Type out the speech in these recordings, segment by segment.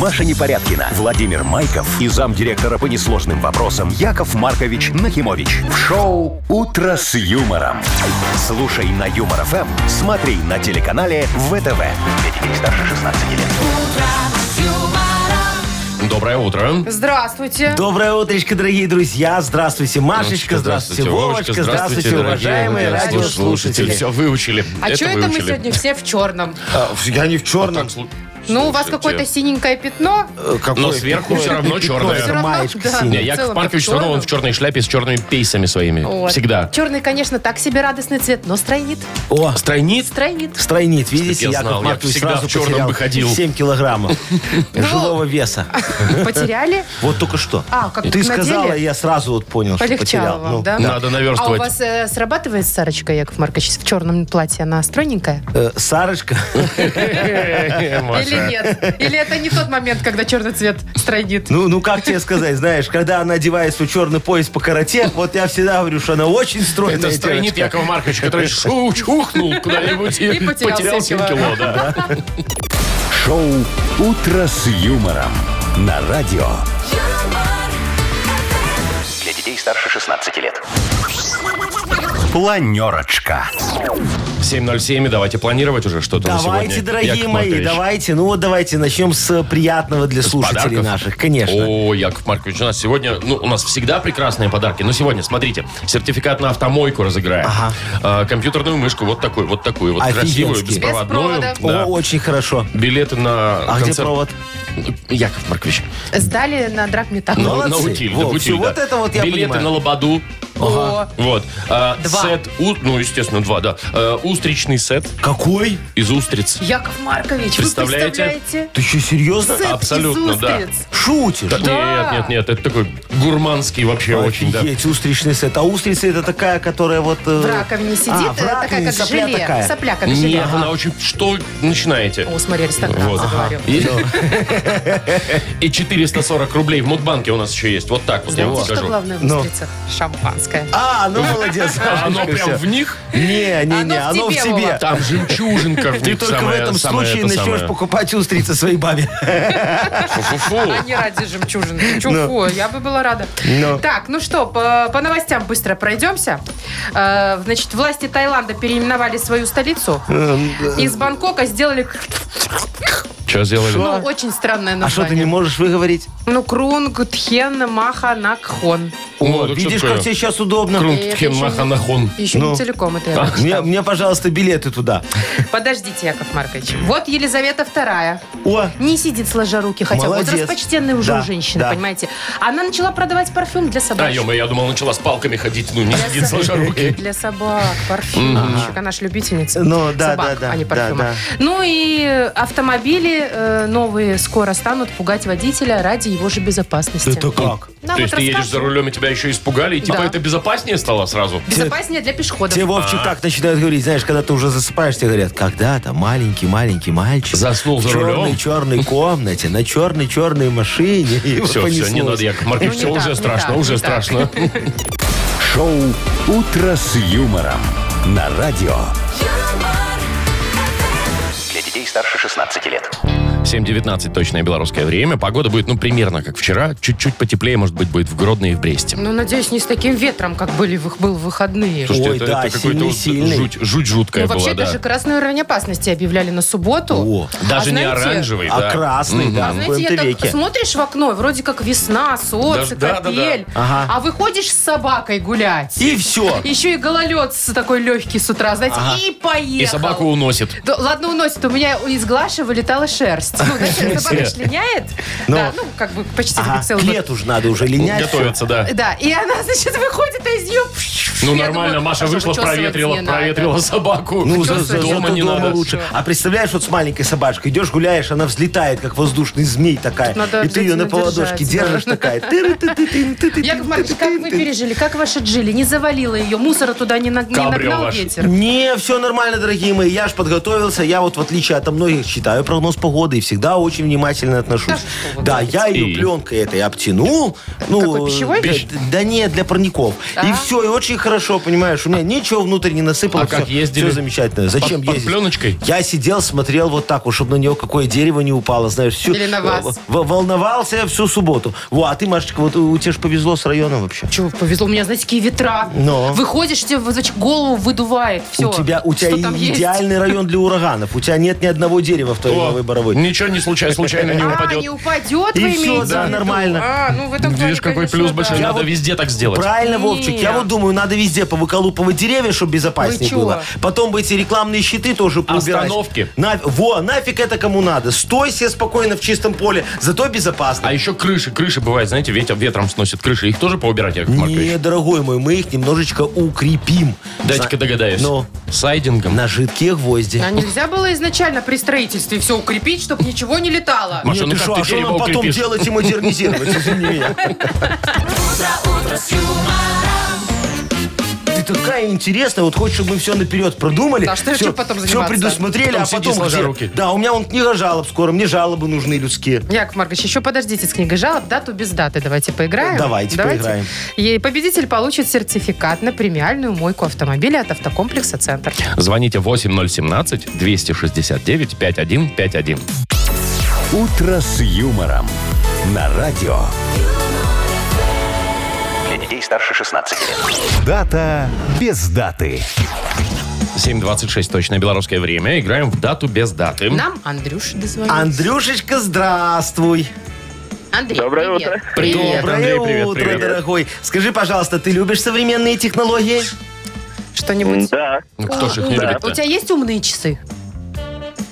Маша Непорядкина, Владимир Майков и замдиректора по несложным вопросам Яков Маркович Нахимович. В шоу «Утро с юмором». Слушай на Юмор ФМ, смотри на телеканале ВТВ. Для детей старше 16 лет. Доброе утро. Здравствуйте. Доброе утречко, дорогие друзья. Здравствуйте, Машечка. Здравствуйте, Вовочка. Здравствуйте, дорогие уважаемые радиослушатели. радиослушатели. Все выучили. А что это мы выучили. сегодня все в черном? А, Я не в А черном. так слу- Ну, у вас слушайте. какое-то синенькое пятно. Э, какое Но сверху пятно? всё равно Пятно, чёрное. это Всё равно, маечка да. синяя. Не, в Яков целом, Маркович как все равно он черным. в черной шляпе с черными пейсами своими. Вот. Всегда. Черный, конечно, так себе радостный цвет, но стройнит. О, Стройниц? Стройнит. стройнит, видите, я Яков знал, я Маркович всегда сразу в чёрном Ну. потерял бы ходил. 7 килограммов жилого веса. Потеряли? Вот только что. А, как Ты на сказала, деле? я сразу вот понял, что Полегчало потерял. вам, Ну, да? Надо А у наверстывать. вас э, срабатывает Сарочка, Яков Маркович, в черном платье? Она стройненькая? э, Сарочка, Э, Или нет? Или это не тот момент, когда черный цвет стройнит? ну, ну как тебе сказать, знаешь, когда она одевает свой черный пояс по карате, вот я всегда говорю, что она очень стройная Это стройнит девочка. Якова Марковича, который шу- чухнул куда-нибудь и И потерял потерял семь 7 кило. да. Шоу «Утро с юмором» на радио. Для детей старше 16 лет. Планерочка. 7.07, и давайте планировать уже что-то на сегодня. Давайте, дорогие Яков мои, Маркович. давайте. Ну вот давайте начнем с э, приятного для слушателей подарков? наших, конечно. О, Яков Маркович, у нас сегодня, ну, у нас всегда прекрасные подарки, но сегодня, смотрите, сертификат на автомойку разыграем. Э, компьютерную мышку, вот такую, вот такую, вот Офигенски. красивую, беспроводную. Без О, Да. очень хорошо. Билеты на А где концерт. провод? Яков Маркович. Сдали на драгметалл. на- Молодцы. На утиль, Во, на утиль, всё, да. вот это вот я Билеты понимаю. на лободу. О, Вот. А, Два. Сет, у- ну, естественно, два, да. Э, устричный сет Какой? из устриц. Яков Маркович, Представляете? вы представляете? Ты что, серьезно? Сет из Абсолютно, да. устриц. Шутишь? Нет, нет, нет, это такой гурманский вообще очень, да. Офигеть, устричный сет. А устрица это такая, которая вот... э, В раковине сидит, а, в э, такая раковине, как сопля желе. такая. Сопля как желе. Нет, она очень... Что начинаете? О, смотри, аристократ Вот. заговорил. И- И 440 рублей в Мудбанке у нас еще есть. Вот так вот я вам Знаете, что покажу. главное в Ну. устрицах? Шампанское. А, ну молодец. А Оно Машечка, прям всё. в них? Не, не, не, Оно оно в в тебе, себе. Там жемчужинка. в Ты них только в самая- этом самая случае это начнешь самая. покупать устрицы своей бабе. Фу-фу-фу. А не ради жемчужины. Чуху, я бы была рада. Ну. Так, ну что, по, по новостям быстро пройдемся. Э, значит, власти Таиланда переименовали свою столицу. Эм, э, Из Бангкока сделали, Что сделали? ну, очень странное А что, ты название. не можешь выговорить? Ну, Крунг, Тхен, Маха, Накхон. Ну, О, так что видишь, такое? как тебе сейчас удобно. Тхен Маханахон. Еще Ну. не целиком это я вам Мне, читала. мне, пожалуйста, билеты туда. Подождите, Яков Маркович. Вот Елизавета Вторая. О, Не сидит сложа руки, хотя Молодец. возраст почтенный уже Да, у женщины, да. понимаете. Она начала продавать парфюм для Да, собачек. ё я думал, начала с палками ходить. Ну, не сидит сложа руки. Для собак, парфюмчик. Она ж любительница Ну, да, собак, да, да, а не да, парфюма. да. Ну и автомобили э, новые скоро станут пугать водителя ради его же безопасности. это как? Нам То вот есть ты едешь расскажут. за рулем, и тебя еще испугали, и типа Да. это безопаснее стало сразу? Безопаснее для пешеходов. Тебе Вовчик так начинают говорить, знаешь, когда ты уже засыпаешь, тебе говорят, когда-то маленький-маленький мальчик Заснул за в рулем. черной-черной комнате, на черной-черной машине. и вот Все, все, не понеслось. надо, Яков Маркович, Ну, не все, так, уже не страшно, так, уже не так. страшно. Шоу «Утро с юмором» на радио. Для детей старше 16 лет. 7.19 точное белорусское время. Погода будет, ну, примерно как вчера. Чуть-чуть потеплее, может быть, будет в Гродно и в Бресте. Ну, надеюсь, не с таким ветром, как были в их был в выходные. Слушайте, Ой, это, да, это какой-то вот сильный-сильный. жуть, жуть жуткая Ну, вообще была, да. даже красный уровень опасности объявляли на субботу. О, Даже не А знаете- оранжевый, да. А красный, да, А в знаете, я так Пуэнте-Рике. смотришь в окно, вроде как весна, солнце, Да, да, да, капель, да. Ага. а выходишь с собакой гулять. И все. Еще и гололед с- такой легкий с утра, знаете, Ага. и поехал. И собаку уносит. Да, ладно, уносит. У меня из Глаши вылетала шерсть. Ну, знаете, собака ж линяет. Ну. Да, ну, как бы почти Ага, как целый к год. лету же надо уже линять. Готовится, да. Да, и она, значит, выходит, а из нее... Ну, нормально, Маша вышла, проветрила, проветрила собаку. Ну, Дома за, за- зато не дома надо. лучше. А представляешь, вот с маленькой собачкой идешь, гуляешь, она взлетает, как воздушный змей такая. Тут надо И ты ее на обязательно поводошке держать, держишь такая. Тыры-ты-ты-тын-ты-ты-тын, Яков Маркович, как вы ты-ты-тын. пережили, как ваша Джили? Не завалила ее, мусора туда не, на- не Кабрио нагнал ваш. ветер? Не, все нормально, дорогие мои. Я ж подготовился. Я вот, в отличие от многих, читаю прогноз погоды и всегда очень внимательно отношусь. что вы Да, я И? ее пленкой этой обтянул. Ну, Какой, пищевой? э, Да, да нет, для парников. А. И все, и очень хорошо, понимаешь, у меня ничего внутрь не насыпало. А как все- ездили? Все замечательно. Зачем под ездить? пленочкой? Я сидел, смотрел вот так вот, чтобы на него какое дерево не упало, знаешь. Всю, Или на вас. в- волновался я всю субботу. Во, а ты, Машечка, вот у тебя же повезло с районом вообще. Чего повезло, у меня, знаете, какие ветра. Но. Выходишь, тебе вот, значит, голову выдувает. Все. у тебя, у тебя что там и- есть. идеальный район для ураганов. У тебя нет ни одного дерева в твоей О, новой боровой. Ничего не случайно, случайно не А, упадет. не упадет, И вы всё, имеете да, в виду? нормально. А, ну в этом плане, Видишь, какой конечно, плюс да. большой. Я Надо вот- везде так сделать. Правильно, Вовчик. Я Нет. вот думаю, надо везде повыколупывать деревья, чтобы безопаснее Вы чего? было. Потом бы эти рекламные щиты тоже поубирать. Остановки. На- во, нафиг это кому надо. Стой себе спокойно в чистом поле, зато безопасно. А еще крыши, крыши бывает, знаете, ветер, ветром сносит крыши. Их тоже поубирать, Яков Не, Маркович? дорогой мой, мы их немножечко укрепим. Дайте-ка За- догадаюсь. Ну, Сайдингом. на жидкие гвозди. А нельзя было изначально при строительстве все укрепить, чтобы ничего не летало? Маша, ну Нет, ты как шо, ты а что дерево нам потом укрепишь? делать и модернизировать? Извини меня. Ты такая интересная, вот хочешь, чтобы мы все наперед продумали, Да, что я все, чем потом заниматься? предусмотрели, Потом а сиди, потом сложа где? руки. Да, у меня вон книга жалоб скоро, мне жалобы нужны людские. Яков Маркович, еще подождите с книгой жалоб. Дату без даты давайте поиграем. Давайте поиграем. И победитель получит сертификат на премиальную мойку автомобиля от автокомплекса «Центр». Звоните 8017-269-5151. «Утро с юмором» на радио. Для детей старше 16 лет. Дата без даты. 7.26 точное белорусское время. Играем в дату без даты. Нам Андрюша дозвонился. Андрюшечка, здравствуй. Андрей, Доброе привет. утро. Привет. Доброе. Андрей, привет, утро, привет. дорогой. Скажи, пожалуйста, ты любишь современные технологии? Что-нибудь? Да. Ну, кто же их не Умно. любит У тебя есть умные часы?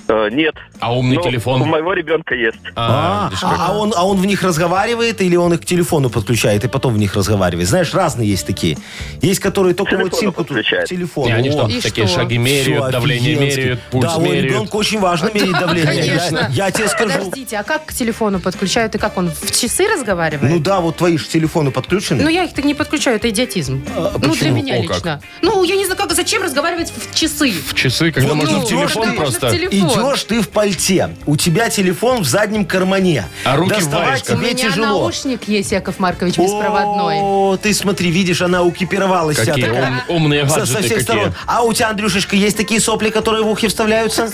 Э, Нет. А умный Ну, Но У телефон? моего ребенка есть. А, видишь, как. а, он, а он в них разговаривает или он их к телефону подключает и потом в них разговаривает? Знаешь, разные есть такие. Есть, которые только Телефону вот симку тут. подключает. Телефон. И они что, О, И такие что? шаги меряют, всё, давление офигенски. меряют, пульс Да, у меряют. А, ребенка очень важно мерить давление. Я- конечно. Я тебе скажу. Подождите, а как к телефону подключают и как он в часы разговаривает? Ну да, вот твои же телефоны подключены. Ну, я их так не подключаю, это идиотизм. ну, для А почему? меня О, как. лично. Ну, я не знаю, как, зачем разговаривать в часы? В часы, когда Вот можно ну, в телефон можно в просто... телефон. Идешь ты в пальте, у тебя телефон в заднем кармане. А руки в Доставать варежках. У тебе меня тяжело. наушник есть, Яков Маркович, беспроводной. О, ты смотри, видишь, она укипировалась вся Какие такая. ум- умные Со, гаджеты со всех какие. сторон. А у тебя, Андрюшечка, есть такие сопли, которые в ухе вставляются? А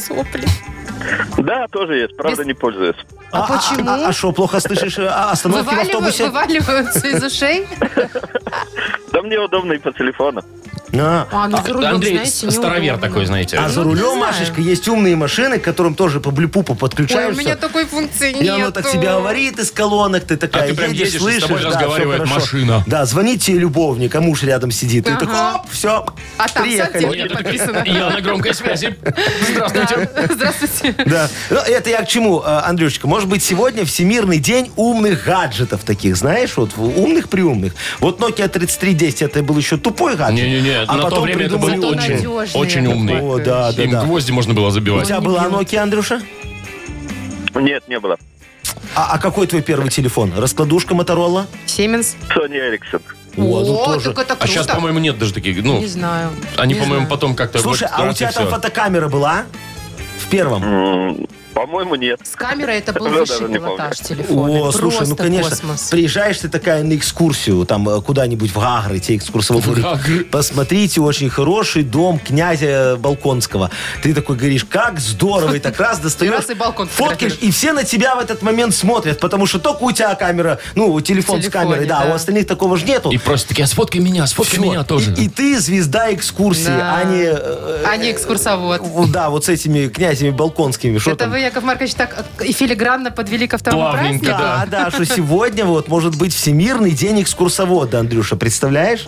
Да, тоже есть. Правда, Без- не пользуюсь. А почему? А что, плохо слышишь а, ну, остановки в Вываливаю- автобусе? вываливаются из ушей? Да мне удобно и по телефону. А. А, ну, за рулем, Андрей знаете, неудобно. старовер такой, знаете. А за Ну, не рулем, знаю. Машечка, есть умные машины, к которым тоже по блюпупу Ой, у подключаешься. меня такой функции нет. И оно так тебе говорит из колонок, ты такая А ты прям едешь, и с тобой слышишь, да, всё разговаривает хорошо. машина. Да, звонит тебе любовник, а муж рядом сидит. Ага. Ты такой, оп, все, А там Ой, приехали. садик. я тут- Написано. Я на громкой связи. Здравствуйте. Здравствуйте. Да. Ну, это я к чему, э, Андрюшечка? Может быть, сегодня Всемирный день умных гаджетов таких, знаешь, вот в- умных-приумных. Вот Nokia 3310, это был еще тупой гаджет. Не-не-не, а на то потом время это придумали был Зато очень, надежный, очень Яков умный. О, Маркович. да, да, Им да. гвозди можно было У забивать. тебя была Nokia, Андрюша? Нет, не было. А, а какой твой первый телефон? Раскладушка Моторола? Сименс. Sony Ericsson. О, ну тоже. так это А сейчас, круто. по-моему, нет даже таких. Ну, Не знаю. они, не по-моему, знаю. потом как-то... Слушай, вот а у раз и тебя там всё. фотокамера была? а? В первом? М, По-моему, нет. С камерой это был Ну, даже высший не пилотаж телефона. О, слушай, ну Просто конечно, космос. приезжаешь ты такая на экскурсию, там э, куда-нибудь в Гагры, тебе экскурсовод говорит, Гагры. посмотрите, очень хороший дом князя э, Балконского. Ты такой говоришь, как здорово, и так раз достаешь, И раз и балкон фоткаешь, фотографируешь. и все на тебя в этот момент смотрят, потому что только у тебя камера, ну, телефон В с камерой, телефоне, да, а да. у остальных такого же нету. И просто такие, а сфоткай меня, сфоткай Всё. меня тоже. И, и ты звезда экскурсии, Да. а не... э, А не экскурсовод. э, Да, вот с этими князями балконскими. что Это там? вы, Яков Маркович, так э, филигранно подвели ко второму Плавненько, празднику? Да, да, что сегодня вот может быть Всемирный день экскурсовода, Андрюша, представляешь?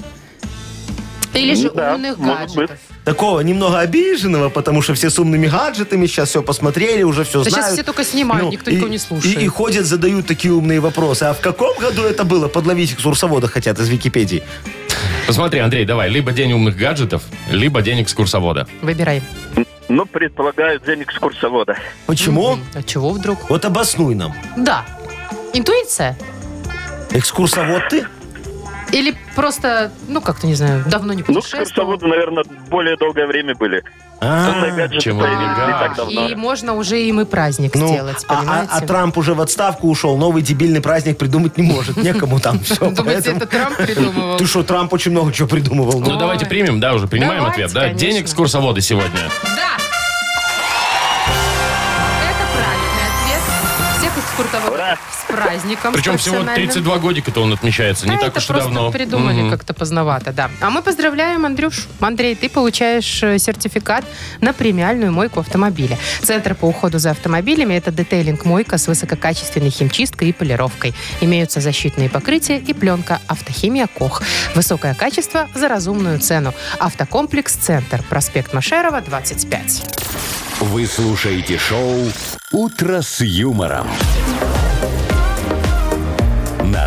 Или же Ну Да, умных может быть. гаджетов? Такого немного обиженного, потому что все с умными гаджетами сейчас все посмотрели, уже все Да знают. сейчас все только снимают, Ну, никто и- никого не слушает. И, и ходят, задают такие умные вопросы. А в каком году это было? Подловить экскурсовода хотят из Википедии. Посмотри, Андрей, давай, либо день умных гаджетов, либо день экскурсовода. Выбирай. Ну, предполагаю, день экскурсовода. Почему? А чего вдруг? Вот обоснуй нам. Да. Интуиция? Экскурсовод ты? Или просто, ну как-то, не знаю, давно не Ну, путешествовал. курсоводы, наверное, более долгое время были. А, Просто гаджеты Чем появились не элегантнее. так давно. и можно уже им и праздник Ну, сделать, а- а, понимаете? а Трамп уже в отставку ушел, новый дебильный праздник придумать не может. Некому там все. Думаете, это Трамп придумывал? Ты что, Трамп очень много чего придумывал. Ну, Ну, давайте примем, да, уже принимаем Давайте, ответ, да? конечно. Денег с курсовода сегодня. Да! Это правильный ответ. Всех экскурсоводов с праздником. Причем всего профессиональным. 32 годика-то он отмечается, не так Да, А это уж и просто давно. придумали Мгм. как-то поздновато, да. А мы поздравляем, Андрюш. Андрей, ты получаешь э, сертификат на премиальную мойку автомобиля. Центр по уходу за автомобилями – это детейлинг-мойка с высококачественной химчисткой и полировкой. Имеются защитные покрытия и пленка «Автохимия Кох». Высокое качество за разумную цену. Автокомплекс «Центр», проспект Машерова, 25. Вы слушаете шоу «Утро с юмором». На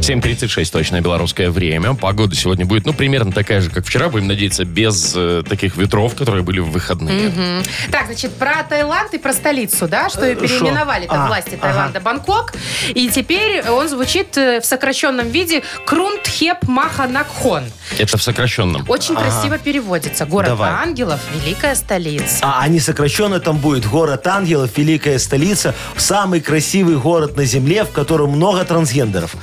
7.36 точное белорусское время. Погода сегодня будет, ну, примерно такая же, как вчера. Будем надеяться, без э, таких ветров, которые были в выходные. Так, значит, про Таиланд и про столицу, да, что и Э, переименовали шо? там А, власти Таиланда Бангкок. И теперь он звучит э, в сокращенном виде Крунтхеп Маханакхон. Это в сокращенном. Очень красиво переводится. Город Давай. ангелов, великая столица. А, а не сокращенно там будет город ангелов, великая столица, самый красивый город на земле, в котором много трансгендеров.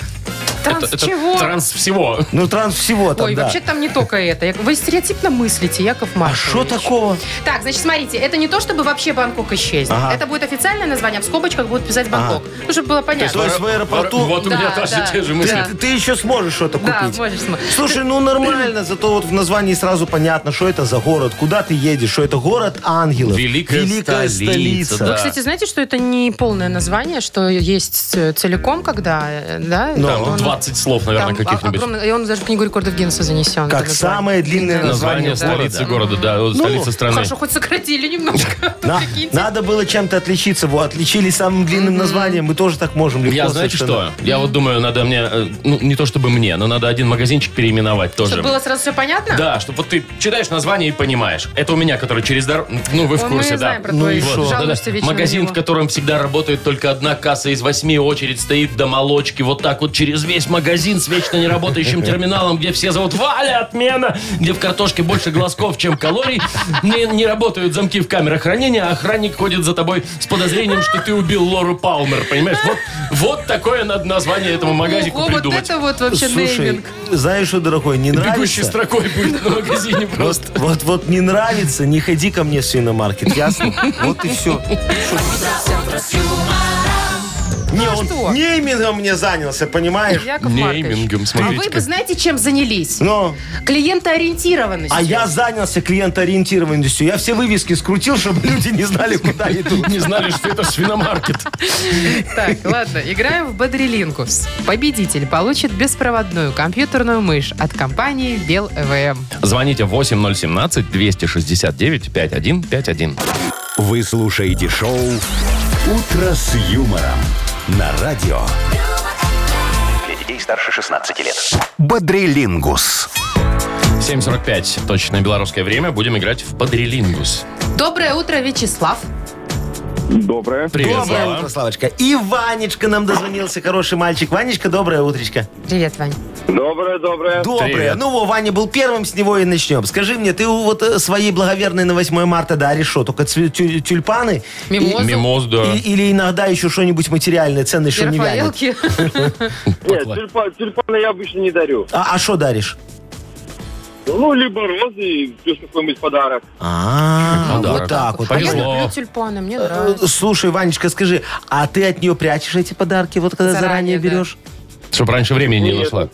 А, Транс Это чего? транс всего. Ну, транс всего там, Ой, да. вообще там не только это. Я- Вы стереотипно мыслите, Яков А Маркович. что такого? Так, значит, смотрите, это не то, чтобы вообще Бангкок исчезнет. Ага. Это будет официальное название, в скобочках будут писать Бангкок. Ну, чтобы было понятно. То есть в аэропорту- Вот у меня Да, тоже да. те же Ты, мысли. ты еще сможешь что-то Да, купить. можешь смотреть. Слушай, ну нормально, зато вот в названии сразу понятно, что это за город, куда ты едешь, что это город ангелов. Великая столица, да. Кстати, знаете, что это не полное название, что есть э, целиком, когда, э, да? Ну, он- Там 20 слов, там наверное, о- каких-нибудь. огромное- и он даже в книгу рекордов Гиннесса занесен. Как это Ну, название. самое длинное название, Название столицы города. города, да, вот столица страны. Ну, Хорошо, хоть сократили немножко. На- Прикиньте. надо было чем-то отличиться. Во, отличились самым длинным названием. Мы тоже так можем легко. Я, знаете совершенно. что? Я вот думаю, надо мне, э, ну, не то чтобы мне, но надо один магазинчик переименовать тоже. Чтобы было сразу все понятно? Да, чтобы вот ты читаешь название и понимаешь. Это у меня, который через дорогу... Ну, вы в Ой, мы курсе, да. знаем про Ну твои и шо? жалости Да-да. вечно на Магазин, него. в котором всегда работает только одна касса из восьми, очередь стоит до молочки, вот так вот через весь магазин с вечно неработающим терминалом, где все зовут «Валя, отмена!», где в картошке больше глазков, чем калорий, не, не работают замки в камерах хранения, а охранник ходит за тобой с подозрением, что ты убил Лору Палмер, понимаешь? Вот, вот такое надо название этому магазику Ого, вот придумать. это вот вообще Слушай, нейминг. знаешь что, дорогой, не Бегущей нравится? строкой будет на магазине Вот, просто. вот, вот не нравится, не ходи ко мне в свиномаркет, ясно? Вот и все. Не, что? он неймингом мне занялся, понимаешь? Яков Маркович. Неймингом, А смотрите. вы бы знаете, чем занялись? Но, Клиентоориентированностью. Ну. а я занялся клиентоориентированностью. Я все вывески скрутил, чтобы люди не знали, куда идут. Не знали, что это свиномаркет. Так, ладно, играем в Бодрилингус. Победитель получит беспроводную компьютерную мышь от компании Бел ЭВМ. Звоните 8017-269-5151. вы слушаете шоу «Утро с юмором». На радио Для детей старше 16 лет. «Бодрилингус». 7.45, точное белорусское время. Будем играть в Бодрилингус. Доброе утро, Вячеслав. Доброе. Привет, Доброе Слава. утро, Славочка. И Ванечка нам дозвонился, хороший мальчик. Ванечка, доброе утречко. Привет, Вань. Доброе, доброе. Доброе. Привет. Ну, во, Ваня был первым, с него и начнем. Скажи мне, ты вот э, своей благоверной на 8 марта даришь что, только цве- тю- тюльпаны? Мимозу. Мимоз, да. И- или иногда еще что-нибудь материальное, ценное, что не вянет? Рафаэлки. Нет, тюльпа- тюльпаны я обычно не дарю. А что даришь? Ну, либо розы, плюс какой-нибудь подарок. А, Подарок. вот так вот. А я Ну, Повезло. люблю тюльпаны, мне Э, нравится. Слушай, Ванечка, скажи, а ты от нее прячешь эти подарки, вот когда Заранее, заранее, да. берешь? Чтоб раньше времени не Нет. нашла.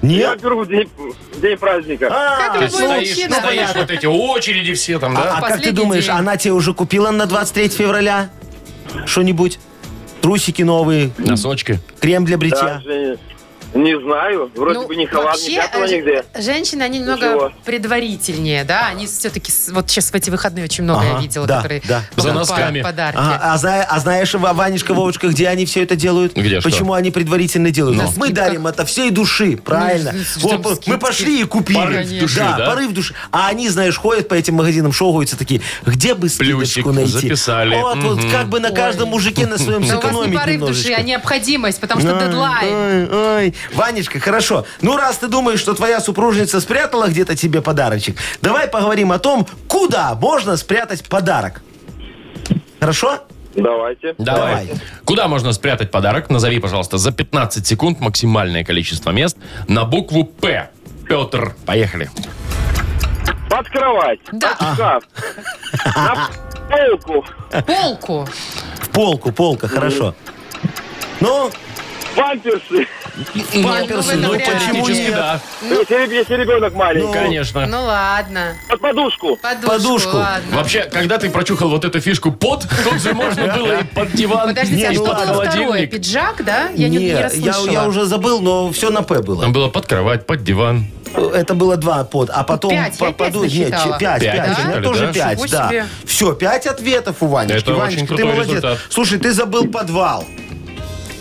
Я беру в день, в день праздника. А, Как Ты Любой стоишь, мужчина, стоишь, понятно. вот эти очереди все там, а да? как последний ты думаешь, день. она тебе уже купила на 23 февраля что-нибудь? Трусики новые, Носочки. крем для бритья. Даже, Не знаю, вроде Ну, бы не халат, вообще, не пятого э, нигде. Женщины, они немного Ничего. предварительнее, да? Они все-таки, вот сейчас в эти выходные очень много я Ага, видела, да, которые да. За покупают носками. подарки. А, а зна- а знаешь, Ва- Ванечка, Вовочка, где они все это делают? Где, что? Почему они предварительно делают? Ну. Мы дарим это всей души, правильно? Ну, с- с- Вот там мы- скидки. мы пошли и купили. Порыв души, да? порыв души. А они, знаешь, ходят по этим магазинам, шогаются такие, где бы скидочку Плюсик найти? записали. Вот, вот, Мгм. как бы на каждом мужике на своем Да у вас не сэкономить порыв души, немножечко. а необходимость, потому что Ай, дедлайн. ай, ай. Ванечка, хорошо. Ну, раз ты думаешь, что твоя супружница спрятала где-то тебе подарочек, давай поговорим о том, куда можно спрятать подарок. Хорошо? Давайте. Давай. Давай. Куда можно спрятать подарок? Назови, пожалуйста, за 15 секунд максимальное количество мест на букву «П». Петр, поехали. Под кровать. Да. Под шкаф. А. На полку. Полку. В полку, полка, хорошо. Ну, Памперсы. памперсы, ну, ну, в этом почему Теоретически, нет? да. Если реб- если ребенок маленький. Конечно. Ну ладно. Под подушку. Подушку. Подушку. ладно. Вообще, когда ты прочухал вот эту фишку под, тут же можно было и под диван, Подождите, а и что под было второе? холодильник. Пиджак, да? Я не, не ну Нет, я, расслышала. я уже забыл, но все на П было. Там было под кровать, под диван. Это было два под, а потом Пять, я пять подумай- нет, насчитала. че- пять, Пять пять, насчитали, у меня тоже да? пять, Ничего да. себе. Все, пять ответов у Ванечки. Это очень Ванечка, ты крутой молодец. результат. Слушай, ты забыл подвал.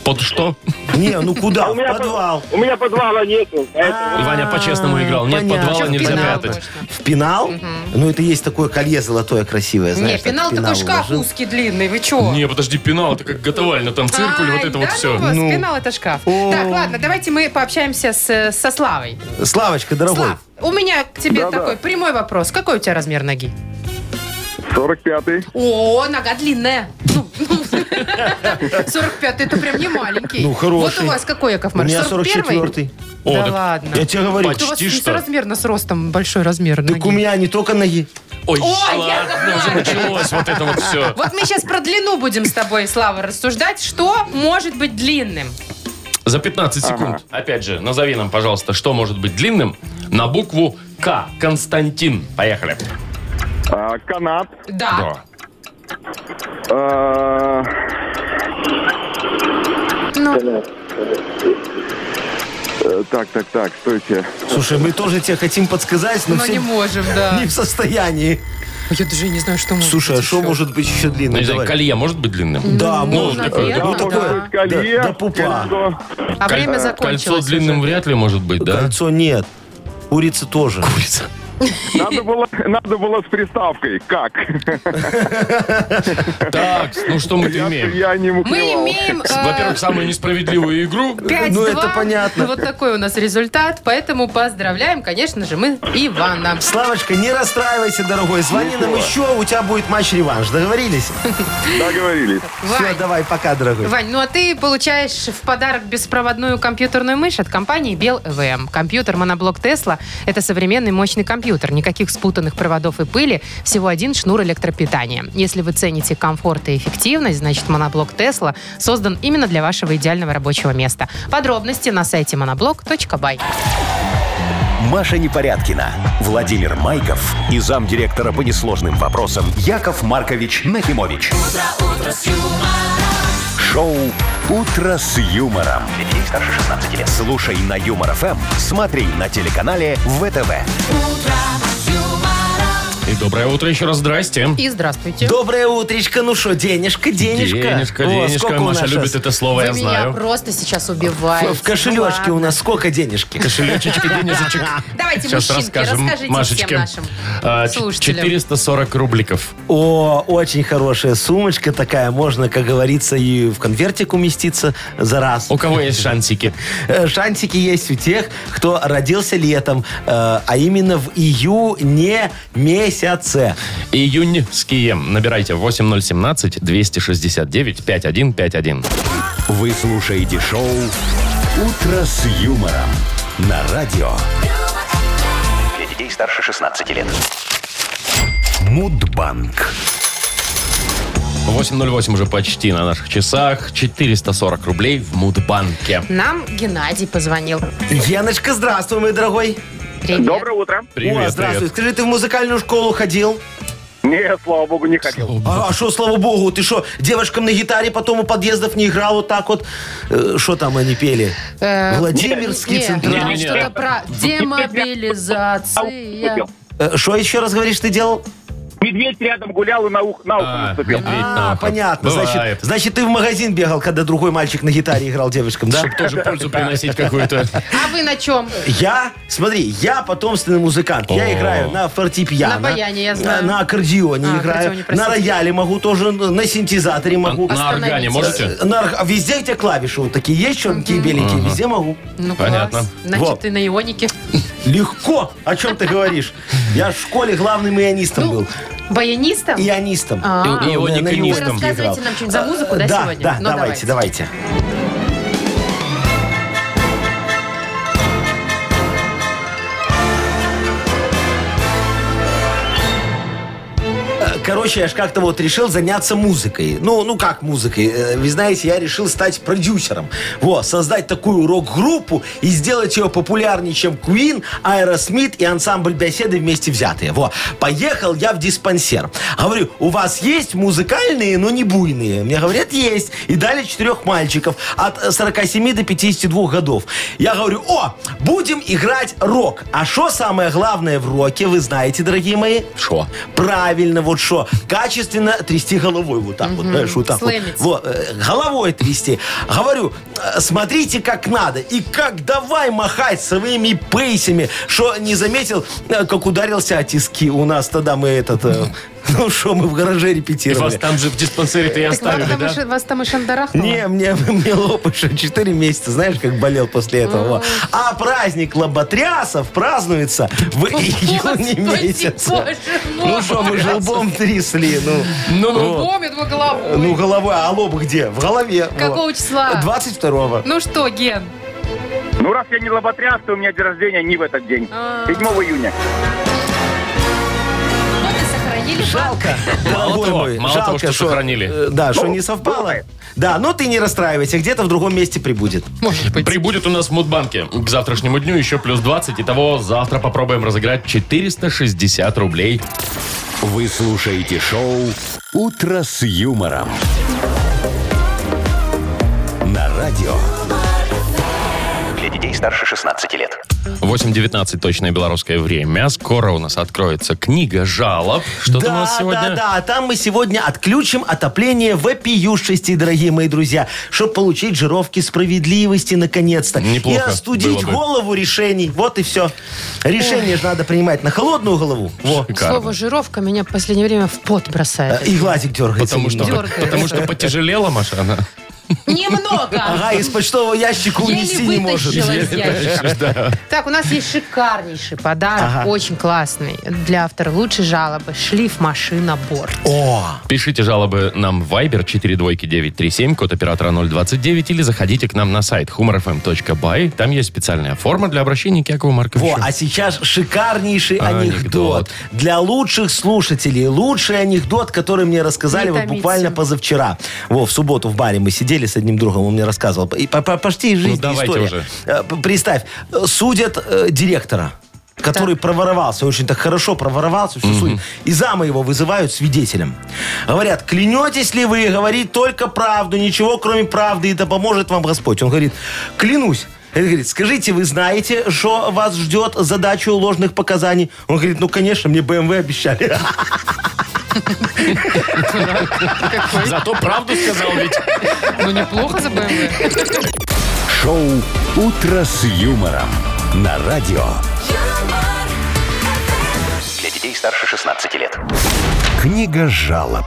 Под что? Не, ну куда? А У В меня под- подвал. У меня подвала нету. поэтому- А, Ваня по-честному играл. Нет, понятно. подвала Чё, в нельзя пенал прятать. можно? В пенал? Ну, это есть такое колье золотое красивое, Не, знаешь. так пенал в такой шкаф уложил. узкий, длинный, вы чего? Не, подожди, пенал, это как готовально, там циркуль, вот это вот все. Ну, вас, пенал это шкаф. Так, ладно, давайте мы пообщаемся с, со Славой. Славочка, дорогой. Слав, у меня к тебе Да-да. такой прямой вопрос. Какой у тебя размер ноги? 45-й. О, нога длинная. Ну, ну, 45 это прям не маленький. Ну, хороший. Вот у вас какой, Яков У Маркович? меня 41-й? 44-й. О, да так ладно. Я тебе говорю. Вот у вас Почти что. несоразмерно с ростом большой размер Так ноги. у меня не только ноги. Ой, Ой, ладно, Яков уже Маркович. началось вот это вот все. Вот мы сейчас про длину будем с тобой, Слава, рассуждать. Что может быть длинным? За 15 секунд. Опять же, назови нам, пожалуйста, что может быть длинным на букву К. Константин. Поехали. А, канат. Да. А, Ну, э, Так, так, так, стойте. Слушай, мы тоже тебе хотим подсказать, но, но все не можем, да. не в состоянии. А Я даже не знаю, что может Слушай, а быть что еще. может быть еще Ну, длинное? не знаю, Давай. колье может быть длинным? Да, Ну, можно. наверное, Ну, да. такое. Может быть, колье, Да, да пупа. кольцо. А время Кольцо закончилось длинным уже. вряд ли может быть, да? Кольцо нет. Курица тоже. Надо было, надо было с приставкой. Как? Так, ну что мы имеем? Я не Мы мухлевал. имеем... э, Во-первых, самую несправедливую игру. 5-2. Ну, это понятно. Вот такой у нас результат. Поэтому поздравляем, конечно же, мы Ивана. Славочка, не расстраивайся, дорогой. Звони нам еще, у тебя будет матч-реванш. Договорились? Договорились. Все, Вань, давай, пока, дорогой. Вань, ну а ты получаешь в подарок беспроводную компьютерную мышь от компании Бел ЭВМ. Компьютер моноблок Тесла – это современный мощный компьютер. Никаких спутанных проводов и пыли, всего один шнур электропитания. Если вы цените комфорт и эффективность, значит моноблок Тесла создан именно для вашего идеального рабочего места. Подробности на сайте monoblock.by. Маша Непорядкина, Владимир Майков и замдиректора по несложным вопросам Яков Маркович Нахимович. Шоу Утро с юмором. Для детей старше 16 лет. Слушай на юмор ФМ, смотри на телеканале ВТВ. И доброе утро еще раз, здрасте. И здравствуйте. Доброе утречко. Ну что, денежка, денежка. Денежка, О, денежка. сколько у Маша нас любит щас? это слово, Вы я меня знаю. просто сейчас убиваете. В- В кошелечке Ну у нас сколько денежки? Кошелечечек, денежечек. Давайте, Сейчас мужчинки, расскажем, расскажите всем Машечке. нашим А, ч- слушателям. 440 рубликов. О, очень хорошая сумочка такая. Можно, как говорится, и в конвертик уместиться за раз. У кого есть шансики? Э, Шантики есть у тех, кто родился летом, э, а именно в июне месяце. Июньские. Набирайте 8017-269-5151. Вы слушаете шоу Утро с юмором на радио Для детей старше 16 лет. Мудбанк. 8.08 уже почти на наших часах. 440 рублей в Мудбанке. Нам Геннадий позвонил. Геночка, здравствуй, мой дорогой. Привет. Доброе утро. Привет, О, здравствуй. привет. Скажи, ты в музыкальную школу ходил? Нет, слава богу, не хотел. А что, слава богу, ты что, девушкам на гитаре потом у подъездов не играл вот так вот? Что там они пели? Э, Владимирский не, централ. там Не-не-не. что-то про демобилизация. Наступил. Что Э, еще раз говоришь, ты делал? Медведь рядом гулял и на ухо, на ухо А, наступил. медведь на А, ухо. понятно. Бывает. Значит, значит, ты в магазин бегал, когда другой мальчик на гитаре играл девушкам, да? Чтоб тоже пользу приносить какую-то. А вы на чем? Я, смотри, я потомственный музыкант. О. Я играю на фортепиано. На баяне, я знаю. На, на аккордеоне А, играю. аккордеоне, простите. на рояле могу тоже, на синтезаторе могу. А, А, э, На органе можете? На орг- везде, где клавиши вот такие есть, черненькие, беленькие, везде могу. Ну, Понятно. класс. Значит, Вот. ты на ионике. Легко. О чем ты говоришь? Я в школе главным ионистом был. Баянистом? Ионистом. Ну, А, И- и ионик, На- на и Вы нистом. ионике рассказываете играл. нам что-нибудь за музыку, да, да, сегодня? Да, Ну, давайте, давайте. Э, Короче, я ж как-то вот решил заняться музыкой. Ну, ну как музыкой? Э, Вы знаете, я решил стать продюсером. Вот, создать такую рок-группу и сделать ее популярнее, чем Queen, Aerosmith и ансамбль беседы вместе взятые. Во, поехал я в диспансер. Говорю, у вас есть музыкальные, но не буйные? Мне говорят, есть. И дали четырех мальчиков от 47 до 52 годов. Я говорю, о, будем играть рок. А что самое главное в роке, вы знаете, дорогие мои? Что? Правильно, вот что. Качественно трясти головой вот так вот, знаешь, вот так вот. Слэмиться. Вот, э, головой трясти. Говорю, э, смотрите, как надо. И как давай махать своими пейсами, что не заметил, э, как ударился о тиски. У нас тогда мы этот... э, Ну что, мы в гараже И вас репетировали. там же в диспансере-то и Так вам оставили, там и да? ш- вас там и шандарахнуло? Не, мне, мне лоб еще 4 месяца, знаешь, как болел после этого. во. А праздник лоботрясов празднуется в июне Господи, месяце. боже Ну что, мы же лбом трясли, ну. Ну, ну, Помнит мою голову. Ну, головой, а лоб где? В голове. во. Какого числа? 22-го. Ну что, Ген? Ну, раз я не лоботряс, то у меня день рождения не в этот день. 7 А. июня. Ноты сохранили Жалко, дорогой того, мой, мало жалко, того, что сохранили. э, Да, что не совпало. Да, но ты не расстраивайся, где-то в другом месте прибудет. Может быть. Прибудет у нас в Мудбанке к завтрашнему дню еще плюс 20. Итого завтра попробуем разыграть 460 рублей. Вы слушаете шоу «Утро с юмором». На радио. Для детей старше 16 лет. 8.19 точное белорусское время. Скоро у нас откроется книга жалоб. Что-то у да, нас сегодня... да, да, а там мы сегодня отключим отопление вопиюшести, дорогие мои друзья, чтобы получить жировки справедливости наконец-то. Неплохо И остудить было бы. голову решений. Вот и все. Решение же надо принимать на холодную голову. Во. Шикарно. Слово «жировка» меня в последнее время в пот бросает. Э, И глазик дергается. Потому что, немного. Дергает. потому что потяжелела, Маша, она. Немного! Ага, из почтового ящика унести не Еле может. вытащила из ящика. Так, у нас есть шикарнейший подарок, Ага. очень классный, для автора лучшей жалобы. Шлиф машина борт. О, Пишите жалобы нам в Viber 42937, код оператора 029, или заходите к нам на сайт humorfm.by. Там есть специальная форма для обращения к Якову Марковичу. Во, а сейчас шикарнейший Анекдот. анекдот. Для лучших слушателей. Лучший анекдот, который мне рассказали Не вот томите. буквально позавчера. Во, в субботу в баре мы сидели с одним другом, он мне рассказывал. И по- по- почти жизнь Ну, давайте история. уже. Э, п- Представь, э, судят э, директора который проворовался, очень так хорошо проворовался, все судят. И зама его вызывают свидетелем. Говорят, клянетесь ли вы говорить только правду, ничего кроме правды, и да поможет вам Господь. Он говорит, клянусь. Он говорит, скажите, вы знаете, что вас ждет задачу ложных показаний? Он говорит, ну, конечно, мне БМВ обещали. Зато правду сказал ведь. Ну, неплохо за БМВ. Шоу «Утро с юмором». На радио. юмор, Для детей старше 16 лет. Книга жалоб.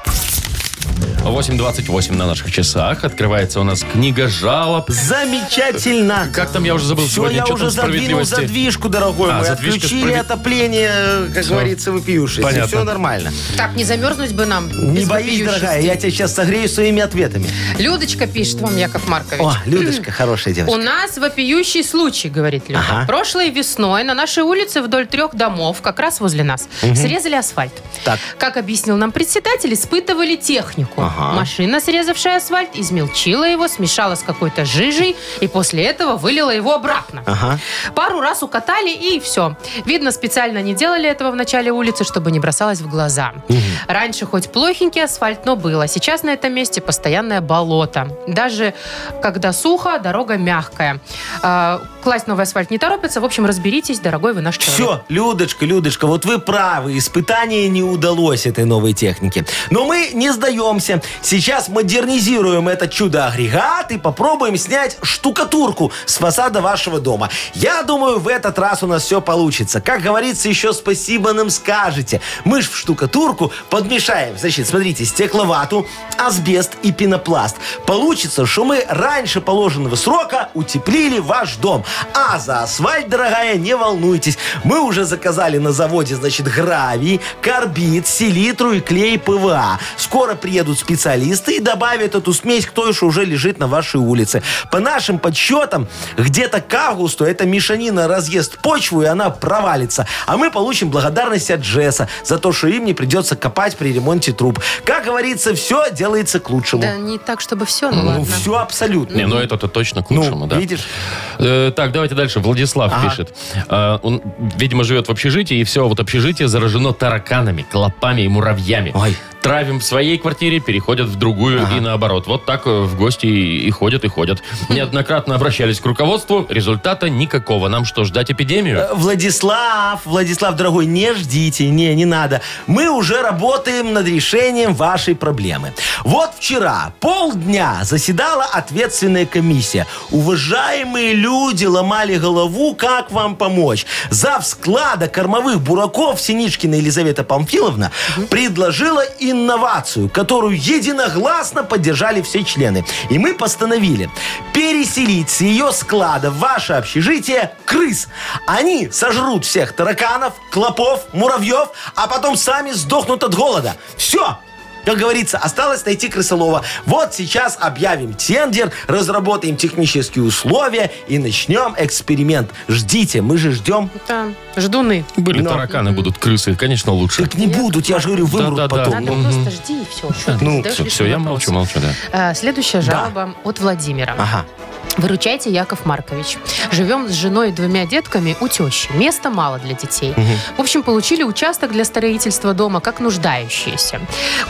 8.28 на наших часах. Открывается у нас книга жалоб. Замечательно! Как там, я уже забыл Все, сегодня, я что уже там задвинул справедливости. задвижку, дорогой А, мой. задвижка Отключили справед- отопление, э, как говорится, выпившись. Понятно. Все нормально. Так, не замерзнуть бы нам. Не без боись, вопиющести. дорогая, я тебя сейчас согрею своими ответами. Людочка пишет вам, Яков Маркович. О, Людочка, хорошая У девочка. нас вопиющий случай, говорит Люда. Ага. Прошлой весной на нашей улице вдоль трех домов, как раз возле нас, срезали асфальт. Так. Как объяснил нам председатель, испытывали технику. Ага. Машина, срезавшая асфальт, измельчила его, смешала с какой-то жижей и после этого вылила его обратно. Ага. Пару раз укатали и все. Видно, специально не делали этого в начале улицы, чтобы не бросалось в глаза. Раньше хоть плохенький асфальт, но было. Сейчас на этом месте постоянное болото. Даже когда сухо, дорога мягкая. А, класть новый асфальт не торопится. В общем, разберитесь, дорогой вы наш человек. Все, Людочка, Людочка, вот вы правы, испытание не удалось этой новой технике. Но мы не сдаемся. Сейчас модернизируем этот чудо-агрегат и попробуем снять штукатурку с фасада вашего дома. Я думаю, в этот раз у нас все получится. Как говорится, еще спасибо нам скажете. Мы ж в штукатурку подмешаем, значит, смотрите, стекловату, асбест и пенопласт. Получится, что мы раньше положенного срока утеплили ваш дом. А за асфальт, дорогая, не волнуйтесь. Мы уже заказали на заводе, значит, гравий, карбид, селитру и клей ПВА. Скоро приедут специалисты и добавят эту смесь к той, что уже лежит на вашей улице. По нашим подсчетам, где-то к августу эта мешанина разъест почву, и она провалится. А мы получим благодарность от Джесса за то, что им не придется копать при ремонте труб. Как говорится, все делается к лучшему. Да не так, чтобы все, ну, Ну, ладно. все абсолютно. Не, ну это-то точно к Ну, лучшему, да. видишь? Э, так, давайте дальше. Владислав Ага. пишет. Э, он, видимо, живет в общежитии, и все, вот общежитие заражено тараканами, клопами и муравьями. Ой. Травим в своей квартире, переходят в другую и наоборот. Вот так э, в гости и, и ходят, и ходят. Неоднократно обращались к руководству, результата никакого. Нам что, ждать эпидемию? Владислав, Владислав, дорогой, не ждите, не, не надо. Мы уже работаем над решением вашей проблемы. Вот вчера полдня заседала ответственная комиссия. Уважаемые люди ломали голову, как вам помочь. Зав склада кормовых бураков Синичкина Елизавета Памфиловна предложила инновацию, которую единогласно поддержали все члены. И мы постановили переселить с ее склада в ваше общежитие крыс. Они сожрут всех тараканов, клопов, муравьев, а потом сами сдохнут от голода. Все! Как говорится, осталось найти крысолова. Вот сейчас объявим тендер, разработаем технические условия и начнем эксперимент. Ждите, мы же ждем. Да, ждуны. Были тараканы, будут крысы, конечно, лучше. Так не будут, я же говорю, вымрут Да-да-да. потом. Надо Ну, Мгм. просто жди и все. Что ты Ну, задаешь Все, лишний я вопрос? молчу, молчу, да. А, Следующая Да. жалоба от Владимира. Ага. Выручайте, Яков Маркович. Живем с женой и двумя детками у тещи. Места мало для детей. В общем, получили участок для строительства дома, как нуждающиеся.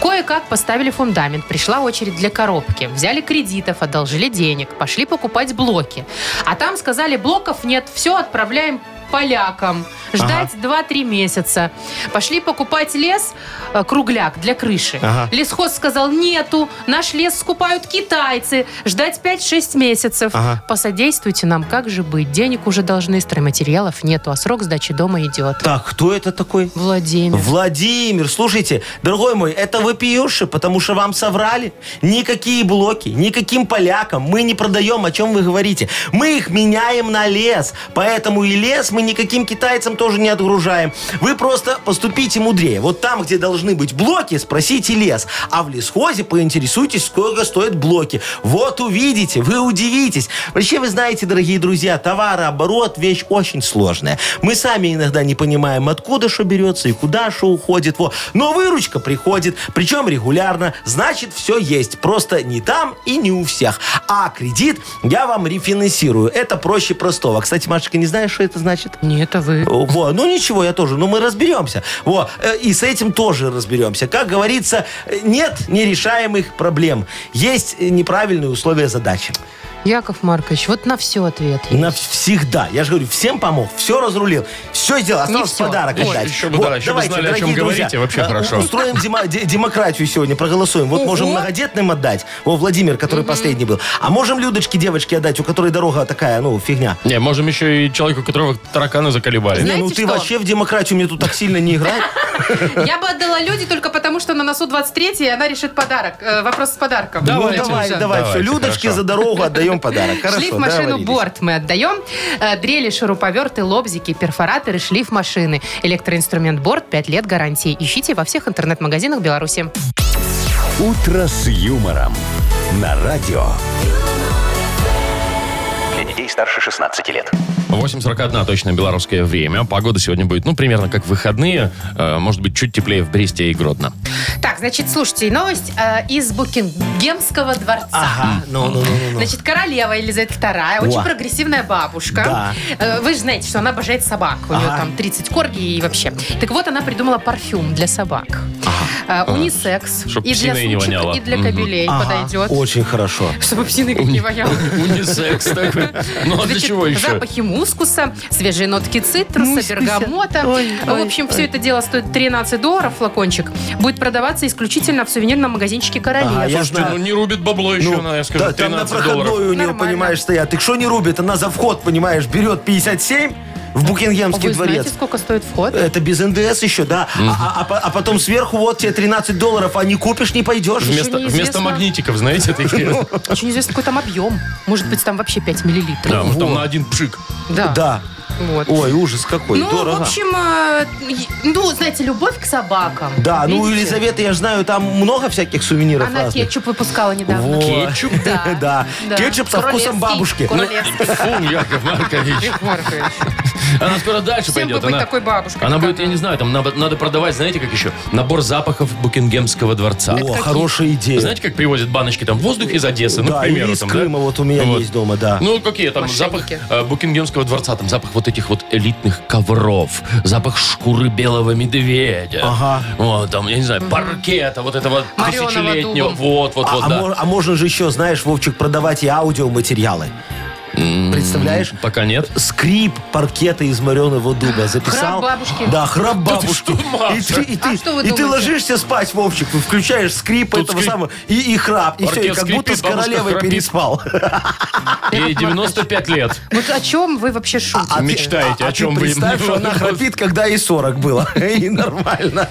Кое-как поставили фундамент. Пришла очередь для коробки. Взяли кредитов, одолжили денег. Пошли покупать блоки. А там сказали, блоков нет, все отправляем полякам. Ждать 2-3 месяца. Пошли покупать лес, э, кругляк для крыши. Ага. Лесхоз сказал, нету, наш лес скупают китайцы. Ждать 5-6 месяцев. Ага. Посодействуйте нам, как же быть? Денег уже должны, стройматериалов нету, а срок сдачи дома идет. Так, кто это такой? Владимир. Владимир, слушайте, дорогой мой, это вопиюши, потому что вам соврали. Никакие блоки, никаким полякам мы не продаем, о чем вы говорите. Мы их меняем на лес, поэтому и лес мы никаким китайцам тоже не отгружаем. Вы просто поступите мудрее. Вот там, где должны быть блоки, спросите лес. А в лесхозе поинтересуйтесь, сколько стоят блоки. Вот увидите, вы удивитесь. Вообще, вы знаете, дорогие друзья, товарооборот – вещь очень сложная. Мы сами иногда не понимаем, откуда что берется и куда что уходит. Во. Но выручка приходит, причем регулярно. Значит, все есть. Просто не там и не у всех. А кредит я вам рефинансирую. Это проще простого. Кстати, Машечка, не знаешь, что это значит? Не, это вы. Во, ну ничего, я тоже, но мы разберемся. Во, э, и с этим тоже разберемся. Как говорится, э, нет нерешаемых проблем. Есть э, неправильные условия задачи. Яков Маркович, вот на все ответ. есть. Навсегда. Я же говорю, всем помог, все разрулил, все сделал. Осталось всё. подарок Еще- отдать. еще бы, да, еще бы знали, о чем дорогие говорите, вообще а, хорошо. у- Устроим дема- де- демократию сегодня, проголосуем. Вот можем многодетным отдать. Во, Владимир, который последний был. А можем Людочке, девочке отдать, у которой дорога такая, ну, фигня. Не, можем еще и человеку, которого тараканы заколебали. Не, ну Знаете ты что? вообще в демократию мне тут так сильно не играй. Я бы отдала люди только потому, что на носу 23 и она решит подарок. э, вопрос с подарком. Ну, Давайте. давай, Всё. давай, все. Давайте, Людочке хорошо. за дорогу отдаем подарок. Хорошо, шлиф машину договорились. борт мы отдаем. Э, Дрели, шуруповерты, лобзики, перфораторы, шлиф машины. Электроинструмент борт 5 лет гарантии. Ищите во всех интернет-магазинах Беларуси. «Утро с юмором» на радио. Для детей детей старше 16 лет. 8.41 точно белорусское время. Погода сегодня будет, ну, примерно как в выходные. Э, Может быть, чуть теплее в Бресте и Гродно. Так, значит, слушайте, новость э, из Букингемского дворца. Ага, ну, ну, ну, ну, ну. Значит, королева Елизавета II, очень Во. прогрессивная бабушка. Да. Э, Вы же знаете, что она обожает собак. У нее Ага. там 30 корги и вообще. Так вот, она придумала парфюм для собак. Э, Унисекс. Чтоб и для псиной не сучек, воняло. и для Мгм. кобелей Ага, подойдет. Очень хорошо. Чтобы псины как не воняло. Унисекс такой. Ну, а для Значит, чего еще? Запахи мускуса, свежие нотки цитруса, Мускуса. бергамота. Ой, в ой, общем, все это дело стоит 13 долларов флакончик. Будет продаваться исключительно в сувенирном магазинчике Королева. Ага, я Слушайте, ну знаю. не рубит бабло еще, она, я скажу, да, там на 13 проходной долларов. у нее, Нормально. понимаешь, стоят. Так что не рубит? Она за вход, понимаешь, берет 57 в А Букингемский Вы дворец. Э, знаете, сколько стоит вход? Это без НДС еще, да. А, а- а по- а потом сверху вот тебе 13 долларов, а не купишь, не пойдешь. Вместо, неизвестно. вместо магнитиков, знаете, Ну. такие. Очень известно, какой там объем. Может быть, там вообще 5 Да, миллилитров. вот там на один пшик. Да. Да. Вот. Ой, ужас какой, ну, в дорого. общем, э, ну, знаете, любовь к собакам. Да, ну у Видите? Елизаветы, я же знаю, там много всяких сувениров Она разных. кетчуп выпускала недавно. Во. Кетчуп? Да. Да. Кетчуп со Королевский, вкусом бабушки. Ну, Королевский. Фу, Яков Маркович. Она скоро дальше Всем бы пойдет. быть Она, такой бабушкой, она как будет, я она. не знаю, там надо, надо продавать, знаете, как еще? Набор запахов Букингемского дворца. О, хорошая идея. Знаете, как привозят баночки там воздух из Одессы, ну, Да, к примеру, или из там, Крыма, да? вот у меня Вот. есть дома, да. Ну, какие там запах Мошенники. э, Букингемского дворца, там запах вот этих вот элитных ковров, запах шкуры белого медведя. Ага. Вот, там, я не знаю, паркета вот этого Мореного тысячелетнего. дуба. Вот, вот, А, вот, а да. мож- а можно же еще, знаешь, Вовчик, продавать и аудиоматериалы. М-м-м. Представляешь? Пока нет. Скрип паркета из мореного дуба записал. Храп бабушки. Да, храп бабушки. что, Маша? и ты, и ты, А что вы и ты думаете? ложишься спать, Вовчик, и включаешь скрип Тут этого скрип. самого и, и храп. И все, и Паркет как скрипит, будто с бабушка королевой храпит. переспал. Ей 95 лет. Вот о чем вы вообще шутите? А ты- Мечтаете, а- о а ты чем вы- Представь, что она храпит, когда ей 40 было. И нормально.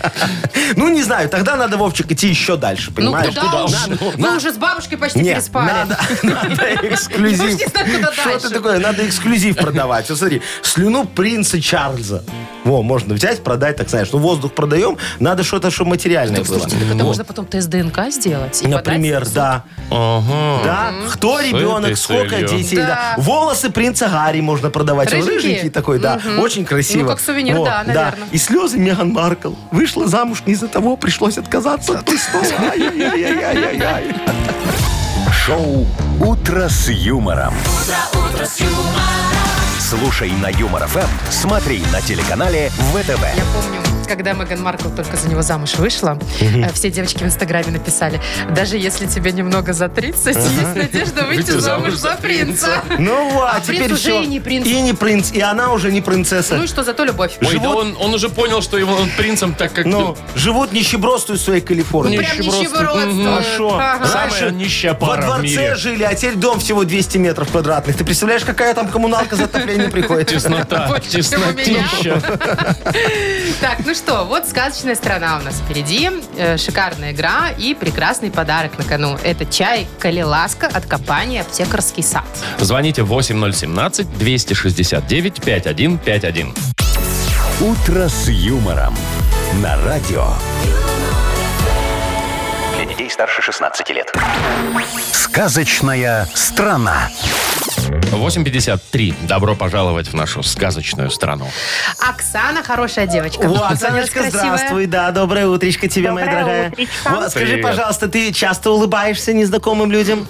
Ну, не знаю, тогда надо, Вовчик, идти еще дальше, Ну понимаешь? куда уж? Надо- Вы уже с бабушкой почти Нет, переспали. надо, надо Я уж эксклюзив. не знаю, куда Что дальше. ты такое? Надо эксклюзив продавать. Вот смотри, слюну принца Чарльза. Во, можно взять, продать, так знаешь. Ну, воздух продаем, надо что-то, что материальное было. Слушайте, так типа, это Во. можно потом тест ДНК сделать. и Например, подать в суд. да. Ага. Да, кто ребенок, этой сколько целью. детей. Да. да. Волосы принца Гарри можно продавать. Он Рыженький? рыженький такой, да. Очень красиво. Ну, как сувенир, Во, да, наверно. И слезы Меган Маркл. Вышла замуж не из-за того, пришлось отказаться от престола. Ай-яй-яй-яй-яй-яй. Шоу «Утро с юмором». Слушай на Юмор ФМ, смотри на телеканале Я ВТВ. помню, когда Меган Маркл только за него замуж вышла, э, все девочки в Инстаграме написали, даже если тебе немного за 30, есть надежда выйти замуж за принца. Ну вот, А теперь принц уже все. и не принц. И не принц, и она уже не принцесса. Ну и что, зато любовь. Ой, да Живот- он, он уже понял, что его он принцем так как... Ну, живут нищебродствуют в своей Калифорнии. Прям нищебродство. нищебродство. А шо? Ага. Самая Раньше нищая Во пара в дворце мире. жили, а теперь дом всего 200 метров квадратных. Ты представляешь, какая там коммуналка за отопление приходит? Теснота, Больше, чем у меня. теснотища. Так, ну что, вот сказочная страна у нас впереди. Э, Шикарная игра и прекрасный подарок на кону. Это чай «Калиласка» от компании «Аптекарский сад». Звоните 8017-269-5151. «Утро с юмором» на радио. Для детей старше 16 лет. Сказочная страна. 8.53. Добро пожаловать в нашу сказочную страну. Оксана хорошая девочка. Вот, Она у нас Санечка, красивая. здравствуй. Да, доброе утречко тебе, моя Доброе дорогая. утречко. Вот, скажи, Привет. пожалуйста, ты часто улыбаешься незнакомым людям?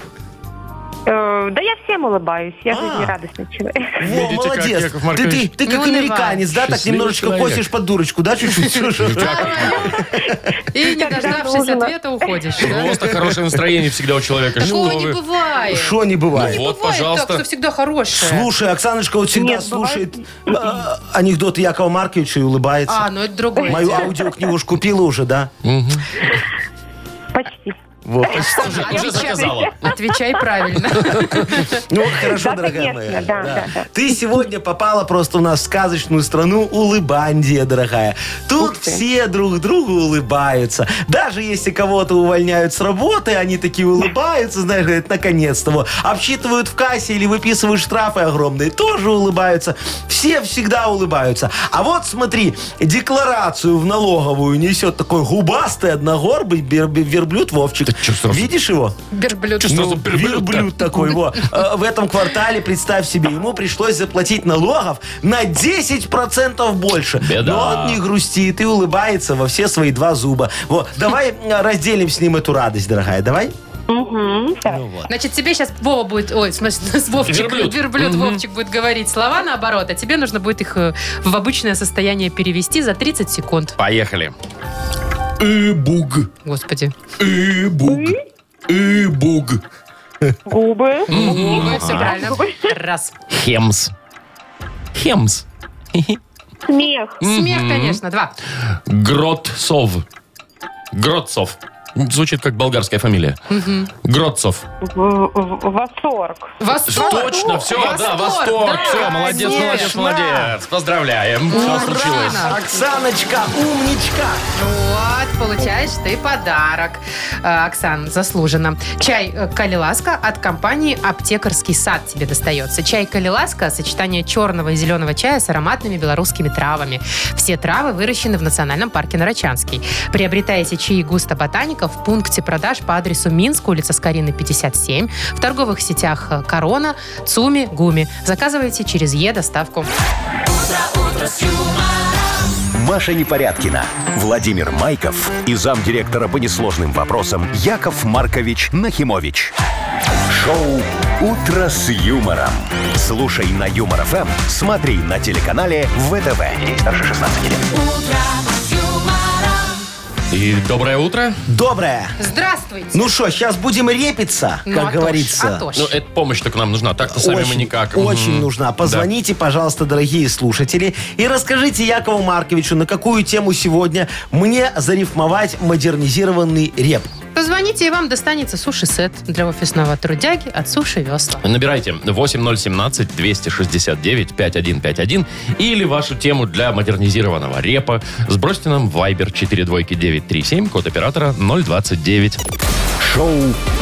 Э, Да я всем улыбаюсь, я А. жизнерадостный человек. Видите, Во, как молодец. Яков Ты, Маркович. ты, ты как Не американец, да, так Счастливый немножечко человек. косишь под дурочку, да, чуть-чуть? И не дождавшись должна. ответа, уходишь. да? Просто хорошее настроение всегда у человека. Такого Что не вы? бывает. Что не бывает? Не Вот, бывает пожалуйста. так, что всегда хорошее. Слушай, Оксаночка вот всегда Нет, бывает. слушает э, анекдоты Якова Марковича и улыбается. А, ну это другое. Мою дело. аудиокнигу ж купила уже, да? Почти. Вот. Уже, уже заказала. Отвечай правильно. Ну, хорошо, Да, дорогая конечно, моя. да, да, да. Ты сегодня попала просто у нас в сказочную страну Улыбандия, дорогая. Тут Ух ты. все друг другу улыбаются. Даже если кого-то увольняют с работы, они такие улыбаются, знаешь, говорят, наконец-то. вот. Обсчитывают в кассе или выписывают штрафы огромные, тоже улыбаются. Все всегда улыбаются. А вот смотри, декларацию в налоговую несет такой губастый одногорбый бер- верблюд Вовчик. Чё сразу? Видишь его? Верблюд. Чё сразу верблюд-то? Ну, Верблюд такой, во. Э, В этом квартале, представь себе, ему пришлось заплатить налогов на 10% больше. Беда. Но он не грустит и улыбается во все свои два зуба. Вот, давай э, разделим с ним эту радость, дорогая, давай. Мгм, давай. Значит, тебе сейчас Вова будет... Ой, в смысле, с Вовчик, Верблюд. верблюд, Вовчик будет говорить слова наоборот, а тебе нужно будет их э, в обычное состояние перевести за 30 секунд. Поехали. Эбуг. Господи. Эбуг. Эбуг. Губы. Ой, все правильно. Раз. Хемс. Хемс. Смех. Смех, конечно. Два. Гротцов. Гротцов. Звучит как болгарская фамилия. Гротцов. В- в- Восторг. Восток. Точно, все, да, восторг. все, молодец, молодец, конечно. молодец. Поздравляем. Все Ура! случилось. Оксаночка, умничка. Ну Вот, получаешь ты подарок. Э, Оксан, заслуженно. Чай э, «Калиласка» от компании «Аптекарский сад» тебе достается. Чай «Калиласка» – сочетание черного и зеленого чая с ароматными белорусскими травами. Все травы выращены в Национальном парке Нарочанский. Приобретайте чаи густо ботаника в пункте продаж по адресу Минск, улица Скорины, 57, в торговых сетях э, «Корона», «Цуми», «Гуми». Заказывайте через «Е» доставку. Маша Непорядкина, Владимир Майков и замдиректора по несложным вопросам Яков Маркович Нахимович. Шоу «Утро с юмором». Слушай на Юмор ФМ, смотри на телеканале ВТВ. Здесь старше 16 лет. И доброе утро. Доброе. Здравствуйте! Ну что, сейчас будем репиться, Ну, как а то ж, говорится. а то ж. Ну, это помощь только нам нужна. Так-то сами мы Очень, никак. Очень Мгм. нужна. Позвоните, пожалуйста, дорогие слушатели, и расскажите Якову Марковичу, на какую тему сегодня мне зарифмовать модернизированный реп. Позвоните, и вам достанется суши-сет для офисного трудяги от Суши Весла. Набирайте 8017-269-5151 или вашу тему для модернизированного репа. Сбросьте нам в Viber 42937, код оператора 029. Шоу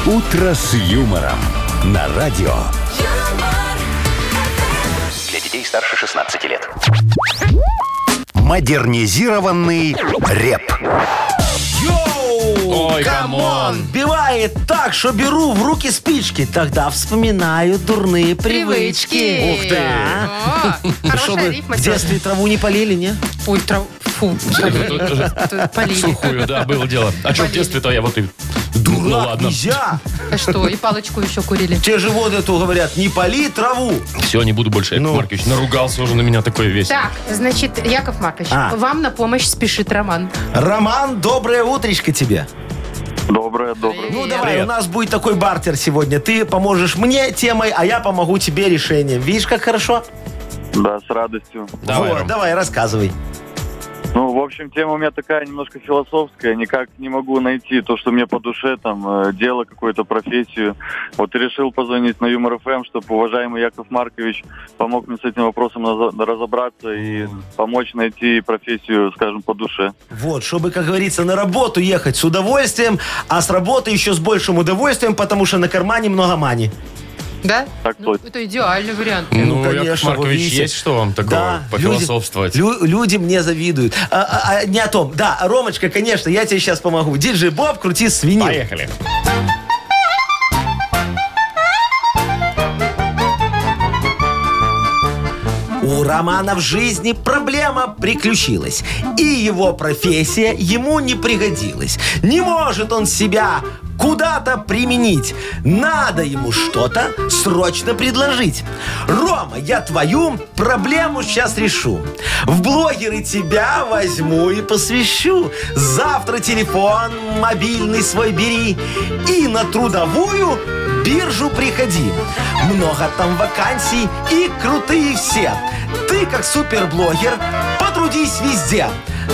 «Утро с юмором» на радио. Для детей старше 16 лет. Модернизированный реп. Йоу! Ой, камон. Бивает так, что беру в руки спички, тогда вспоминаю дурные привычки. Ух ты! О, Что Хорошая вы, рифма. в детстве траву не полили, не? Ультра... Фу, тут полили. Сухую, да, было дело. А что в детстве-то я вот и... Ну Дурак, ладно. нельзя. А что, и палочку еще курили. Те же вот эту говорят, не поли траву. Все, не буду больше, Яков Ну. Маркович. Наругался уже на меня такой весь. Так, значит, Яков Маркович, А. вам на помощь спешит Роман. Роман, доброе утречко тебе. Доброе, доброе. Ну давай, у нас будет такой бартер сегодня. Ты поможешь мне темой, а я помогу тебе решением. Видишь, как хорошо? Да, с радостью. Давай, Вот, Ром. давай, рассказывай. Ну, в общем, тема у меня такая немножко философская. Никак не могу найти то, что мне по душе, там, э, дело, какую-то профессию. Вот решил позвонить на Юмор ФМ, чтобы уважаемый Яков Маркович помог мне с этим вопросом наза- разобраться и помочь найти профессию, скажем, по душе. Вот, чтобы, как говорится, на работу ехать с удовольствием, а с работы еще с большим удовольствием, потому что на кармане много мани. Да? Так Ну, точно. это идеальный вариант. Ну, Ну, конечно, Яков вы Маркович, видите. есть что вам такого пофилософствовать? Люди, лю- люди мне завидуют. А, а, а, не о том. Да, Ромочка, конечно, я тебе сейчас помогу. Диджей Боб, крути свинил. Поехали. У Романа в жизни проблема приключилась, и его профессия ему не пригодилась. Не может он себя куда-то применить. Надо ему что-то срочно предложить. Рома, я твою проблему сейчас решу. В блогеры тебя возьму и посвящу. Завтра телефон мобильный свой бери и на трудовую биржу приходи. Много там вакансий и крутые все. Ты как суперблогер, потрудись везде.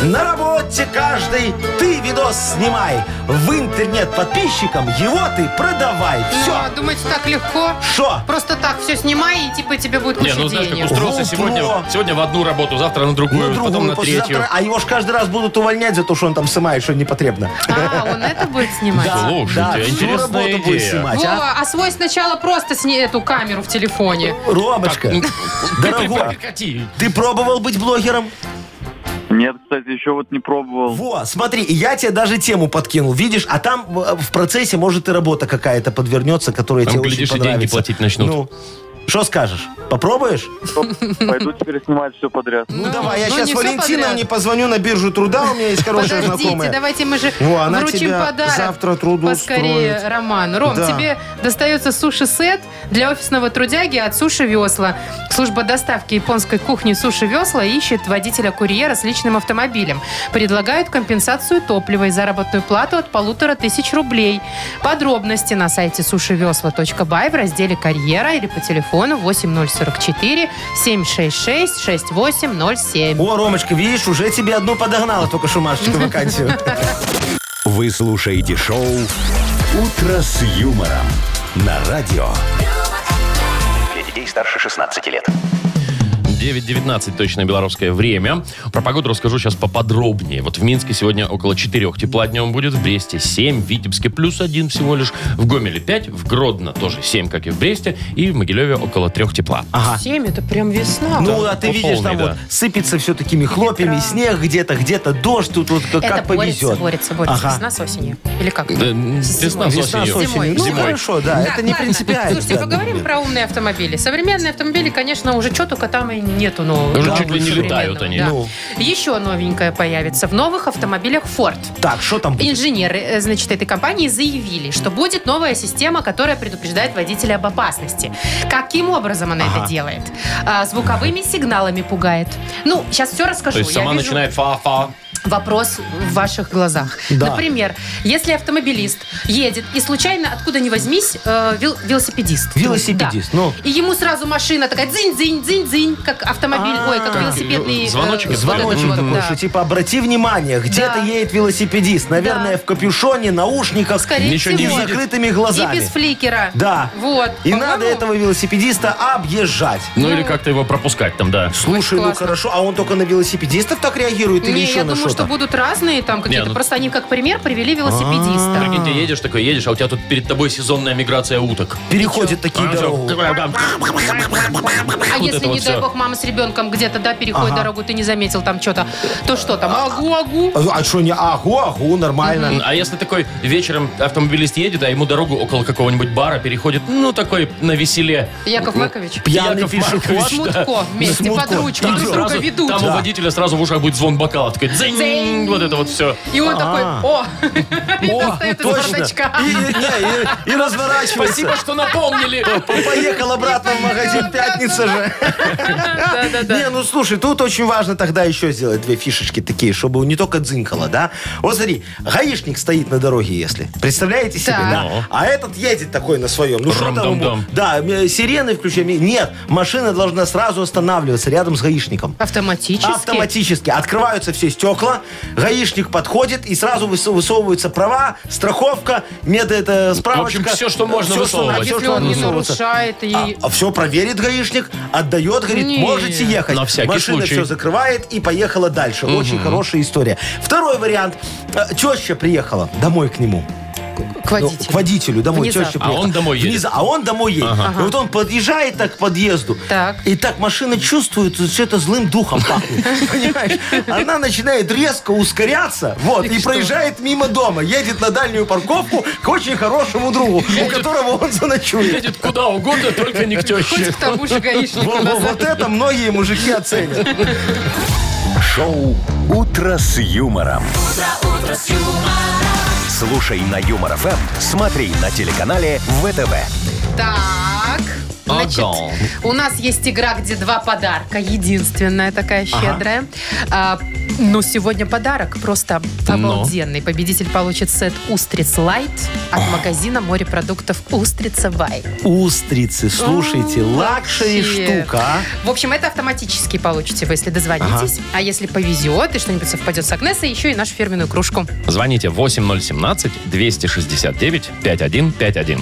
На работе каждый ты видос снимай. В интернет подписчикам его ты продавай. Ну, а Все. думаете, так легко? Что? Просто так все снимай, и типа тебе будет Не, куча ну знаешь, как денег. устроился Ну, сегодня, во. сегодня в одну работу, завтра на другую, Ну, потом другую, на третью. послезавтра. А его ж каждый раз будут увольнять за то, что он там снимает, что непотребно. А, он это будет снимать? Слушайте, всю интересная работу будет идея. снимать, а? Вова, а свой сначала просто сни эту камеру в телефоне. Ромочка, ну, дорогой, Прекрати. ты пробовал быть блогером? Нет, кстати, еще вот не пробовал. Во, смотри, и я тебе даже тему подкинул, видишь, а там э, в процессе может и работа какая-то подвернется, которая Там, тебе глядишь, и очень деньги понравится. платить начнут. Ну, что скажешь? Попробуешь? Стоп, Пойду теперь снимать все подряд. Ну, давай, я ну, сейчас не всё Валентина подряд. не позвоню на биржу труда, у меня есть хорошая Подождите, знакомая. давайте мы же Во, она вручим тебя подарок. завтра трудоустроит. Поскорее, Роман. Ром, Да. тебе достается суши-сет для офисного трудяги от Суши Весла. Служба доставки японской кухни Суши Весла ищет водителя-курьера с личным автомобилем. Предлагают компенсацию топлива и заработную плату от полутора тысяч рублей. Подробности на сайте сушивесла.бай в разделе «Карьера» или по телефону 8044 766 6807. О, Ромочка, видишь, уже тебе одну подогнала только шумашечка вакансию. Вы слушаете шоу «Утро с юмором» на радио. Для детей старше 16 лет. 9.19 точное белорусское время. Про погоду расскажу сейчас поподробнее. Вот в Минске сегодня около 4 тепла днем будет, в Бресте 7, в Витебске плюс 1 всего лишь, в Гомеле 5, в Гродно тоже 7, как и в Бресте, и в Могилеве около 3 тепла. Ага. 7, это прям весна. Ну, Да, а ты по видишь, полной, там да. вот сыпется все такими хлопьями, снег где-то, где-то дождь, тут вот как, Это как борется, повезет. борется, борется. Ага. Весна с осенью. Или как? Э, Весна с Весна с осенью. осенью. Ну, Зимой. хорошо, да, Так, это не ладно. принципиально. Слушайте, а поговорим про умные автомобили. Современные автомобили, конечно, уже что только там и нету нового. Уже Да, чуть ли не современного, летают они. да. Ну. Еще новенькое появится в новых автомобилях Ford. Так, что там? будет? Инженеры, э, значит, этой компании заявили, что будет новая система, которая предупреждает водителя об опасности. Каким образом она это делает? А, звуковыми сигналами пугает. Ну, сейчас все расскажу. То есть Я сама вижу- начинает фа-фа. вопрос в ваших глазах. Да. Например, если автомобилист едет и случайно откуда ни возьмись э, вел- велосипедист. Велосипедист, Да. ну. И ему сразу машина такая дзынь-дзынь-дзынь-дзынь, как автомобиль, ой, А, как Как велосипедный... э, звоночек, вот этот звоночек вот, такой, да. что типа обрати внимание, где-то Да. едет велосипедист. Наверное, Да. в капюшоне, наушниках Скорее Ничего не и с всего. видит. закрытыми И глазами. без фликера. Да. Вот. И По-моему, надо этого велосипедиста объезжать. Ну или как-то его пропускать там, да. Слушай, ну классно. хорошо, а он только на велосипедистов так реагирует или Не, еще я на думаю, что что-то? А, будут разные там какие-то. ну- Просто они как пример привели велосипедиста. Прикинь, ты едешь такой, едешь, а у тебя тут перед тобой сезонная миграция уток. Переходят такие А, дорогу. всё, там, А вот если, это не вот дай всё. бог, мама с ребенком где-то, да, переходит Ага. дорогу, ты не заметил там что-то, то что там? Агу-агу. А что не агу, агу, нормально. А если такой вечером автомобилист едет, а ему дорогу около какого-нибудь бара переходит, ну, такой на веселе. А, Яков Макович. Пьяный Яков пешеход. Маркович, Смутко вместе, Смутко. под ручку, друг Идет. друга сразу- ведут. Там у Да. водителя сразу в ушах будет звон бокала. Такой дзинь, Дзинь. вот это вот все. И А. он такой, о, и О, достает из бардачка. И, не, и- и разворачивается. Спасибо, что напомнили. Ну, Поехал обратно в магазин, пятница же. Не, Да-да-да. ну слушай, тут очень важно тогда еще сделать две фишечки такие, чтобы не только дзынкало, да? Вот смотри, гаишник стоит на дороге, если. Представляете себе, Так. да? А этот едет такой на своем. Ну что там? Рам-дам-дам. ему? Да, м, э, сирены включай. м, Нет, машина должна сразу останавливаться рядом с гаишником. Автоматически. Автоматически открываются все стекла, гаишник подходит и сразу высо- высовываются права, страховка, мед это справочка. всё, что можно Всё, высовывать. надо, всё, А Если что он надо не высовываться. нарушает и... А, все проверит гаишник, отдает, говорит, Не. можете ехать. На всякий Машина случай. все закрывает и поехала дальше. Очень хорошая история. Второй вариант. Э, Теща приехала домой к нему. К Ну, водителю. к водителю домой. Внезапно. теща А он приехала. домой едет. Внеза- А он домой едет. И вот он подъезжает так к подъезду. Так. И так машина чувствует, что это злым духом пахнет. Понимаешь? Она начинает резко ускоряться. Вот. И проезжает мимо дома. Едет на дальнюю парковку к очень хорошему другу, у которого он заночует. Едет куда угодно, только не к теще. Хоть к тому же гаишнику Во- во- назад. Вот это многие мужики оценят. Шоу «Утро с юмором». Слушай на Юмор ФМ, смотри на телеканале ВТВ. Так. Значит, Ага. у нас есть игра, где два подарка. Единственная такая щедрая. А, но сегодня подарок просто обалденный. Победитель получит сет «Устриц Лайт» от магазина морепродуктов «Устрица Вай». Устрицы, слушайте, лакшери вообще. штука, а. В общем, это автоматически получите вы, если дозвонитесь. А если повезет и что-нибудь совпадет с Агнесой, еще и нашу фирменную кружку. Звоните 8017-269-5151.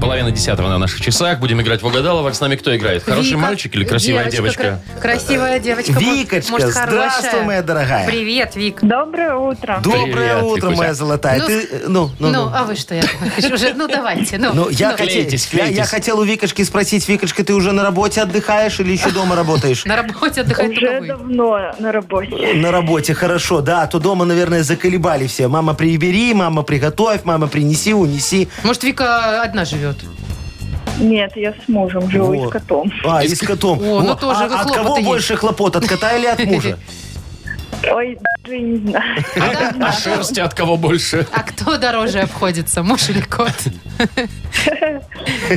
Половина десятого на наших часах. Будем играть в угадаловок. С нами кто играет? Хороший Вика, мальчик или красивая девочка? кра- красивая девочка. может- Викочка, может, хорошая. здравствуй, моя дорогая. Привет, Вик. Ну, Доброе утро. Доброе Привет, утро, Викуся. моя золотая. Ну, Ты, э, ну, ну, ну, ну. а вы что, я уже, ну давайте, ну, Ну, я, хотел, Клейтесь, я- Я, клейтесь. хотел у Викочки спросить, Викочка, ты уже на работе отдыхаешь или еще дома работаешь? на работе отдыхает Уже только вы. давно на работе. На работе, хорошо, да, а то дома, наверное, заколебали все. Мама, прибери, мама, приготовь, мама, принеси, унеси. Может, Вика одна живет? Нет, я с мужем живу и Вот. с котом. А, и с котом. О, ну Во, тоже а от хлопоты кого есть. больше хлопот, от кота или от мужа? Ой, даже и не знаю. А шерсти от кого больше? А кто дороже обходится, муж или кот?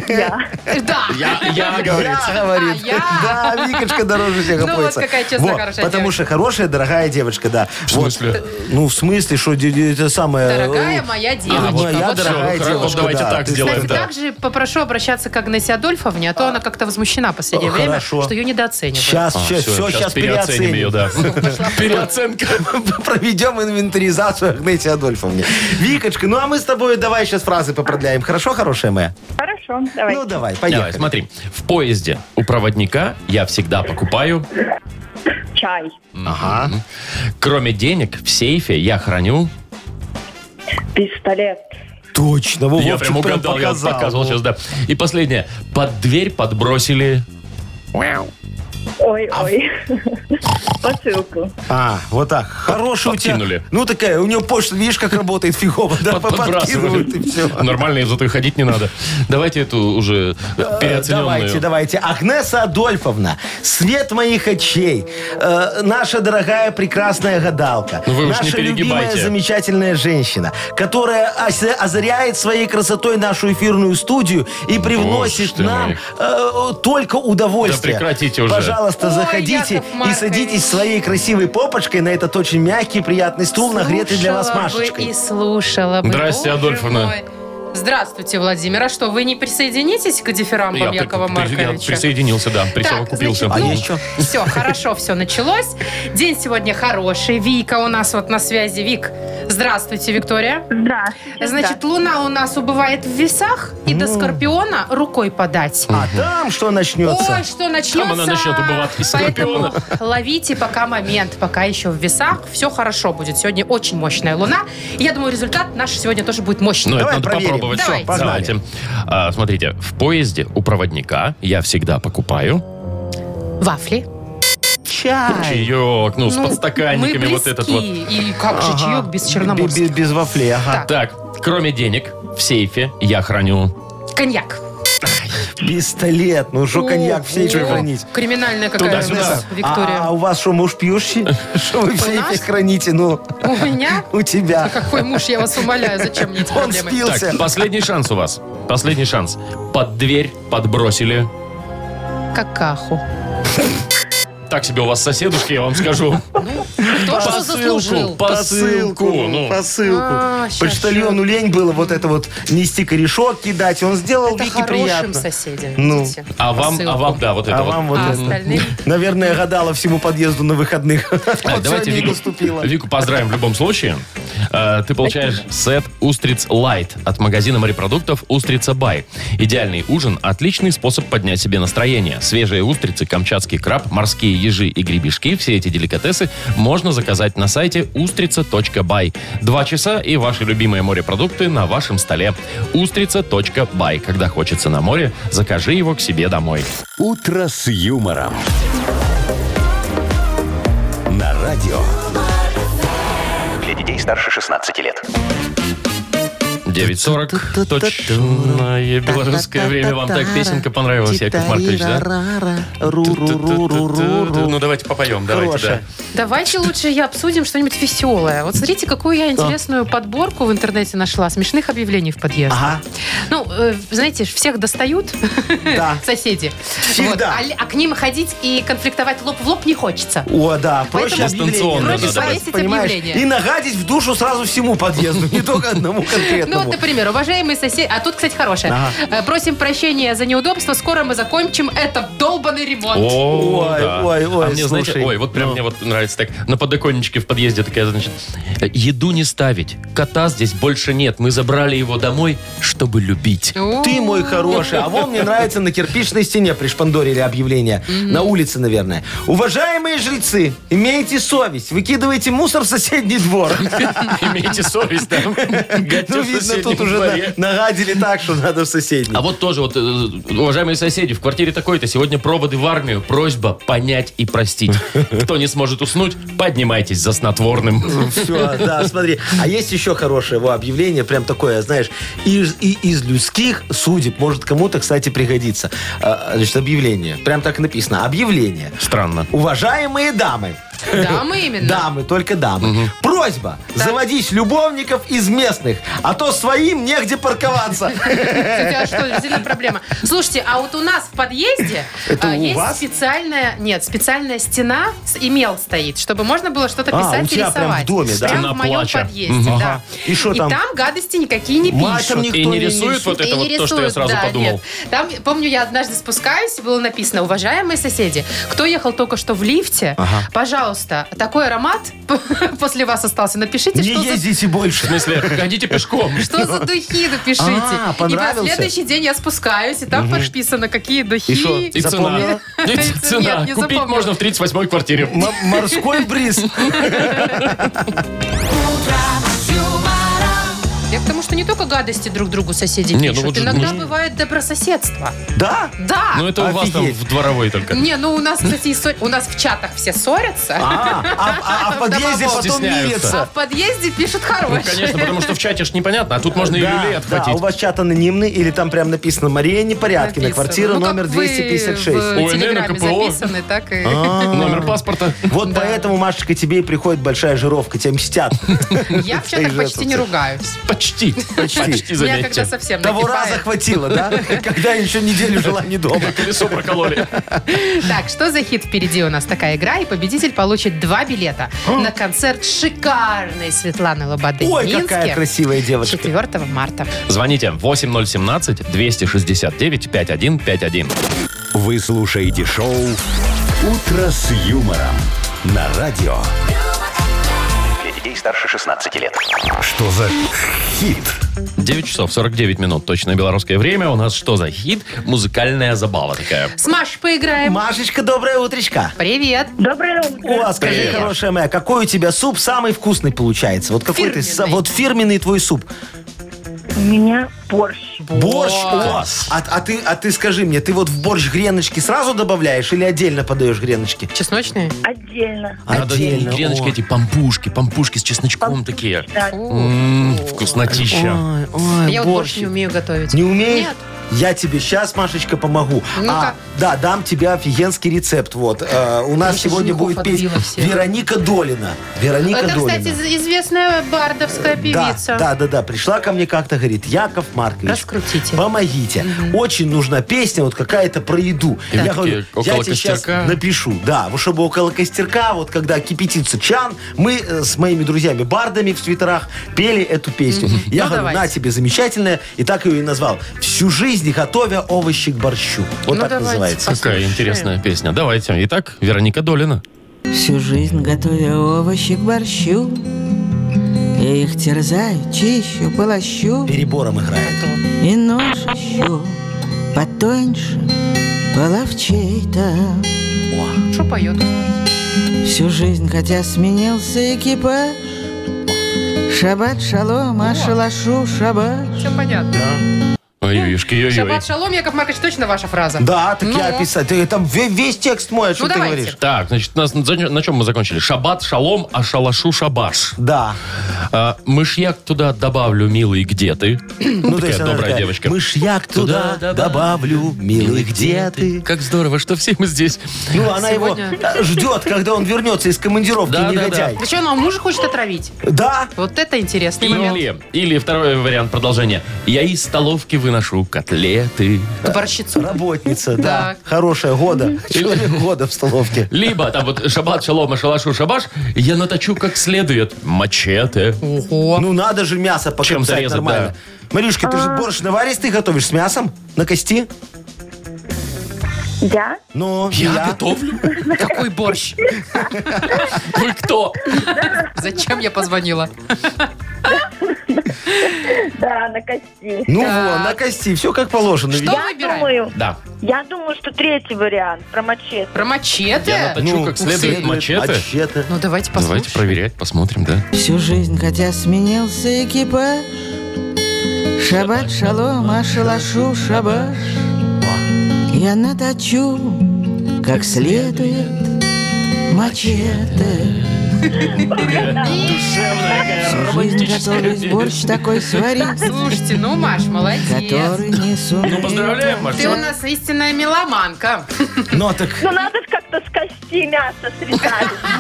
Я. Да. Я, я говорит. Я, говорит. А, я. Да, Викочка дороже всех Ну, вот обходится. какая честная, хорошая Потому что хорошая, дорогая девочка, да. В смысле? Ну, в смысле, что де- де- это самое... Дорогая э, моя А, вот девочка. моя так, всё, дорогая хорошо, девушка, давайте да, так ты сделаем, Кстати, да. также попрошу обращаться к Агнесе Адольфовне, а то она как-то возмущена в последнее время, Хорошо. что ее недооценивают. Сейчас, сейчас, все, А, щас сейчас переоценим ее, да. Переоценка. Проведем инвентаризацию Агнете Адольфовне. Викочка, ну а мы с тобой давай сейчас фразы попродляем. Хорошо, хорошая моя? Хорошо, давай. Ну давай, Давай, поехали. смотри. В поезде у проводника я всегда покупаю. Чай, Ага. Кроме денег, в сейфе я храню. пистолет, Точно, Вовчик я прям угадал, я показывал сейчас, да. И последнее. Под дверь подбросили. ой-ой, посылку. А, вот так. Хороший у Подкинули. тебя. Ну такая, у него почта, видишь, как работает фигово. Да, под- подкидывают и все. Нормально, зато и ходить не надо. Давайте эту уже э, переоцененную. Э, Давайте, давайте. Агнеса Адольфовна, свет моих очей, э, наша дорогая прекрасная гадалка, Ну вы уж наша не перегибайте. любимая замечательная женщина, которая осе- озаряет своей красотой нашу эфирную студию и ж привносит ты нам мой. э, только удовольствие. Да прекратите уже. Пожалуйста, Ой, заходите Яков и Маркович. садитесь своей красивой попочкой на этот очень мягкий, приятный стул, нагретый для вас Слушала бы Машечкой. и слушала бы. Здрасте, Боже Адольфовна. мой. Здравствуйте, Владимир. А что, вы не присоединитесь к дифирамбам Я Якова при- при- я Марковича? присоединился, да, присовокупился. А ну, я еще? Все, хорошо, все началось. День сегодня хороший. Вика у нас вот на связи. Вик, здравствуйте, Виктория. Здравствуйте. Значит, луна у нас убывает в весах, и до Скорпиона рукой подать. А там что начнется? Ой, что начнется. Там она начнет убывать из Поэтому Скорпиона. ловите пока момент, пока еще в весах. Все хорошо будет. Сегодня очень мощная луна. И я думаю, результат наш сегня тоже будет мощный. Ну, это Давай надо проверим. попробовать. Давайте. Всё, Давайте. А, смотрите, в поезде у проводника я всегда покупаю Вафли. Чай. чаек, ну, с Ну, подстаканниками, мы вот этот вот. близки. И как же чаек без черноморского? Без, без вафлей, ага. Так. Так, кроме денег, в сейфе я храню. Коньяк. Пистолет, ну что коньяк в сейфе Ого. хранить? Криминальная какая у Туда-сюда. нас, Виктория. А, а у вас что, муж пьющий? Что вы в сейфе нас? храните? Ну, У меня? у тебя. Какой муж, я вас умоляю, зачем мне эти Он проблемы? спился. Так, последний шанс у вас. Последний шанс. Под дверь подбросили. Какаху. Так себе у вас соседушки, я вам скажу. То, что Посылку, заслужил. посылку. ну. посылку. А, щас, Почтальону лень было вот это вот нести корешок, кидать. Он сделал Это Вике хорошим приятно. соседям, Ну. видите, А вам, а посылку. вам, да, вот это А вот. вам вот А это. остальным? Наверное, гадала всему подъезду на выходных. Так, Вот Э, давайте сегодня и Вику, наступила. Вику поздравим в любом случае. Э, Ты получаешь сет «Устриц Лайт» от магазина морепродуктов «Устрица Бай». Идеальный ужин – отличный способ поднять себе настроение. Свежие устрицы, камчатский краб, морские ежи и гребешки – все эти деликатесы можно заказать на сайте устрица.бай. Два часа и ваши любимые морепродукты на вашем столе. устрица.бай. Когда хочется на море, закажи его к себе домой. «Утро с юмором». На радио. Для детей старше 16 лет. 9.40. Точное белорусское время. Вам так песенка понравилась, Яков Маркович, да? Ру-ру-ру-ру-ру-ру. Ну, давайте попоем, давайте, да. Хорошая. Давайте лучше я обсудим что-нибудь веселое. Вот смотрите, какую я интересную подборку в интернете нашла. Смешных объявлений в подъезде. Ага. Ну, э, знаете, ж, всех достают Да. соседи. Всегда. Вот. А, ли- а к ним ходить и конфликтовать лоб в лоб не хочется. О, да, проще Поэтому объявление. дистанционно Проще надо сразу, повесить понимаешь, объявление. И нагадить в душу сразу всему подъезду, не только одному конкретному. Ну, вот, например, уважаемые соседи... А тут, кстати, хорошее. Э, Просим прощения за неудобство. Скоро мы закончим этот долбанный ремонт. О, Ой, да. ой, ой, А мне, знаете, слушай. ну. ой, вот прям мне вот нравится так. На подоконничке в подъезде такая, значит, еду не ставить. Кота здесь больше нет. Мы забрали его домой, чтобы любить. О, Ты мой хороший. А вон мне нравится на кирпичной стене пришпандорили объявление. На улице, наверное. Уважаемые жрецы, имейте совесть. Выкидывайте мусор в соседний двор. Имейте совесть, да. Гадьте Ну, в видно, соседнем тут уже дворе. на- нагадили так, что надо в соседний. А вот тоже, вот, э, уважаемые соседи, в квартире такой-то сегодня проводы в армию. Просьба понять и простить. Кто не сможет уснуть, поднимайтесь за снотворным. Все, да, смотри. А есть еще хорошее его объявление, прям такое, знаешь, из, и из людских судеб может кому-то, кстати, пригодиться. А, Значит, объявление. Прям так и написано. Объявление. Странно. Уважаемые дамы, Да, мы именно. дамы, только дамы, просьба заводить любовников из местных, а то своим негде парковаться. Кстати, а что, действительно проблема. Слушайте, а вот у нас в подъезде Это а, у есть вас? специальная, нет, специальная стена с имел стоит, чтобы можно было что-то А, писать у тебя и рисовать. прям в доме, да? Стена Прям в моем плача. подъезде, Мгм. да. Ага. И что там? там гадости никакие не пишут. Матом И никто не рисует вот это И вот не то, что я рисуют, сразу да, подумал. нет. Там, помню, я однажды спускаюсь, и было написано, уважаемые соседи, кто ехал только что в лифте, пожалуйста, такой аромат после вас остался, напишите, Не что за ездите В больше. смысле, ходите пешком. что за духи напишите? А, понравился? И на следующий день я спускаюсь, и там подписано, какие духи. И шо? И цена. Запомнила? И ц- Нет, цена. не Купить запомнила. можно в 38-й квартире. М- Морской бриз. Я к тому, что не только гадости друг другу соседи Не, ну пишут. вот же Иногда нужно. бывает добрососедство. Да? Да! Ну это у вас там Офигеть. в дворовой только. Не, ну у нас, кстати, и ссор- у нас в чатах все ссорятся, А, а- а- а в подъезде потом Стесняются. а мирятся. в подъезде пишут Ну, хорошие. конечно, потому что в чате ж непонятно, а тут можно и Да, люлей да, отхватить. у вас чат анонимный или там прям написано Мария Непорядкина, Написано. квартира Ну, как номер вы 256. в Ой, Телеграме наверное, КПО. записаны, так и... А. Номер паспорта. Вот поэтому, Машечка, тебе и приходит большая жировка, тебя мстят. Я в чатах почти не ругаюсь. Почти. Почти, Я когда заметьте. совсем Того накипает. раза хватило, да? Когда я еще неделю жила не дома. Колесо прокололи. Так, что за хит впереди у нас такая игра, и победитель получит два билета на концерт шикарной Светланы Лободы в Ой, Минске какая красивая девочка. 4 марта. Звоните 8017-269-5151. Вы слушаете шоу «Утро с юмором» на радио. Для детей старше 16 лет. Что за хит? 9 часов 49 минут. Точное белорусское время. У нас что за хит? Музыкальная забава такая. С Машей поиграем. Машечка, доброе утречко. Привет. Доброе утро. О, скажи, Привет. хорошая моя, какой у тебя суп самый вкусный получается? Вот какой ты, са- Фирменный. вот фирменный твой суп. У меня борщ. Борщ, о, а, а ты, а ты скажи мне, ты вот в борщ греночки сразу добавляешь или отдельно подаешь греночки? Чесночные? Отдельно. Надо Отдельно, греночки а о. эти, пампушки, пампушки с чесночком такие. Да. М, Вкуснотища. Ой, ой, Я вот борщ. борщ не умею готовить. Не умеешь? Нет. Я тебе сейчас, Машечка, помогу. Ну-ка. А, да, дам тебе офигенский рецепт. Вот Э, у нас Я сегодня женихов будет петь отбила всех. Вероника Долина. Вероника Это, Долина. кстати, из- известная бардовская Да, певица. да, да, да. Пришла ко мне как-то, говорит, Яков Маркович. Раскрутите. Помогите. Очень нужна песня вот какая-то про еду. И вы такие, Я говорю, я около тебе сейчас костерка? напишу. Да, вот чтобы около костерка, вот когда кипятится чан, мы э, с моими друзьями бардами в свитерах пели эту песню. Я Ну, говорю, давайте. на тебе замечательная. И так ее и назвал. Всю жизнь готовя овощи к борщу. Вот Ну, так давайте. называется. Какая Послушаем. интересная песня. Давайте. Итак, Вероника Долина. Всю жизнь готовя овощи к борщу Я их терзаю, чищу, полощу Перебором играет. Ну. И нож ищу потоньше половчей-то Что поет? Всю жизнь, хотя сменился экипаж Шабат, шалом, а шалашу, шабаш Все понятно. Ой, юшки, ой-ой. Шаббат шалом, Яков Маркович, точно ваша фраза? Да, так Ну. я описал. Ты там ве- весь текст мой, о чем Ну, ты давайте. говоришь. Так, значит, нас, за- на чем мы закончили? Шабат, шалом, а шалашу шабаш. Да. А, мышьяк туда добавлю, милый, где ты? Ну, Такая то есть она добрая такая, девочка. Мышьяк туда, Туда добавлю, милый, где ты? Как здорово, что все мы здесь. Ну, она Сегодня- его э, ждет, когда он вернется из командировки, Да, да, негодяй. Да что, она мужа хочет отравить? Да? Вот это интересный момент. Или, или второй вариант продолжения. Я из столовки выношу выношу котлеты. Борщицу. Работница, да. Так. Хорошая года. Человек года в столовке. Либо там вот шабат, шалома, шалашу, шабаш, я наточу как следует мачете. Ого. Ну надо же мясо Чем-то покромсать резать, нормально. Маришка, ты же А. борщ наваристый готовишь с мясом? На кости? Да? Ну, Я я. готовлю? Какой борщ? Вы кто? Зачем я позвонила? Да, на кости. Ну Так. вот, на кости, все как положено. ведь. Что Я выбираем? думаю, Да. я думаю, что третий вариант про мачете. Про Я мачете? наточу как следует мачете. Ну, Мачете. Ну, Давайте давайте послушаем. проверять, посмотрим, да. Всю жизнь, хотя сменился экипаж, Шабат, шалом, ашалашу, шабаш. Я наточу, как следует, мачете. Всю жизнь готовлюсь борщ такой сварить, Слушайте, ну, Маш, молодец. который не сумею. Ну, поздравляем, Маш. Ты у нас истинная меломанка. а Ну так Ну надо же как-то с кости мясо срезать.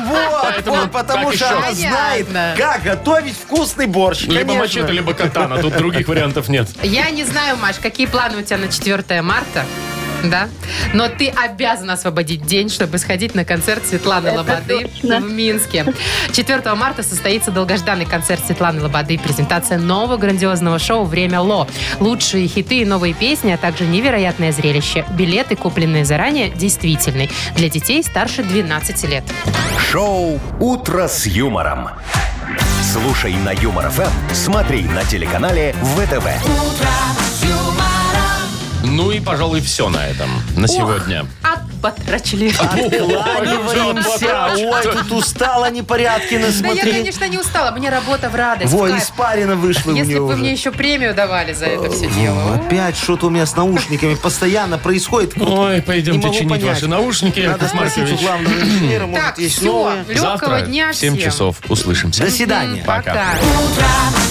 вот, вот, потому как что еще? она знает, Понятно. как готовить вкусный борщ. Либо конечно. мачете, либо катана. Тут других вариантов нет. Я не знаю, Маш, какие планы у тебя на 4 марта, да? Но ты обязана освободить день, чтобы сходить на концерт Светланы Лободы точно. в Минске. 4 марта состоится долгожданный концерт Светланы Лободы и презентация нового грандиозного шоу «Время Ло». Лучшие хиты и новые песни, а также невероятное зрелище. Билеты, купленные заранее, действительны. Для детей старше 12 лет. Шоу «Утро с юмором». Слушай на Юмор ФМ, смотри на телеканале ВТВ. Ну и, пожалуй, все на этом. На сегодня. Ох, отпотрачили. Кланяемся. Ой, тут устала непорядки Да я, насмотри. конечно, не устала. Мне работа в радость. в Во, кайф. испарина вышла у Если нее бы вы мне уже. Э, еще премию давали за это все О, дело. Опять что-то у меня с наушниками постоянно происходит. Ой, пойдемте Не могу чинить понять. ваши наушники, Надо Яков спросить у Маркович. главного инженера, может, Так, есть все, новые. легкого Завтра дня в 7 всем. часов услышимся. До свидания. Пока. Пока. Утро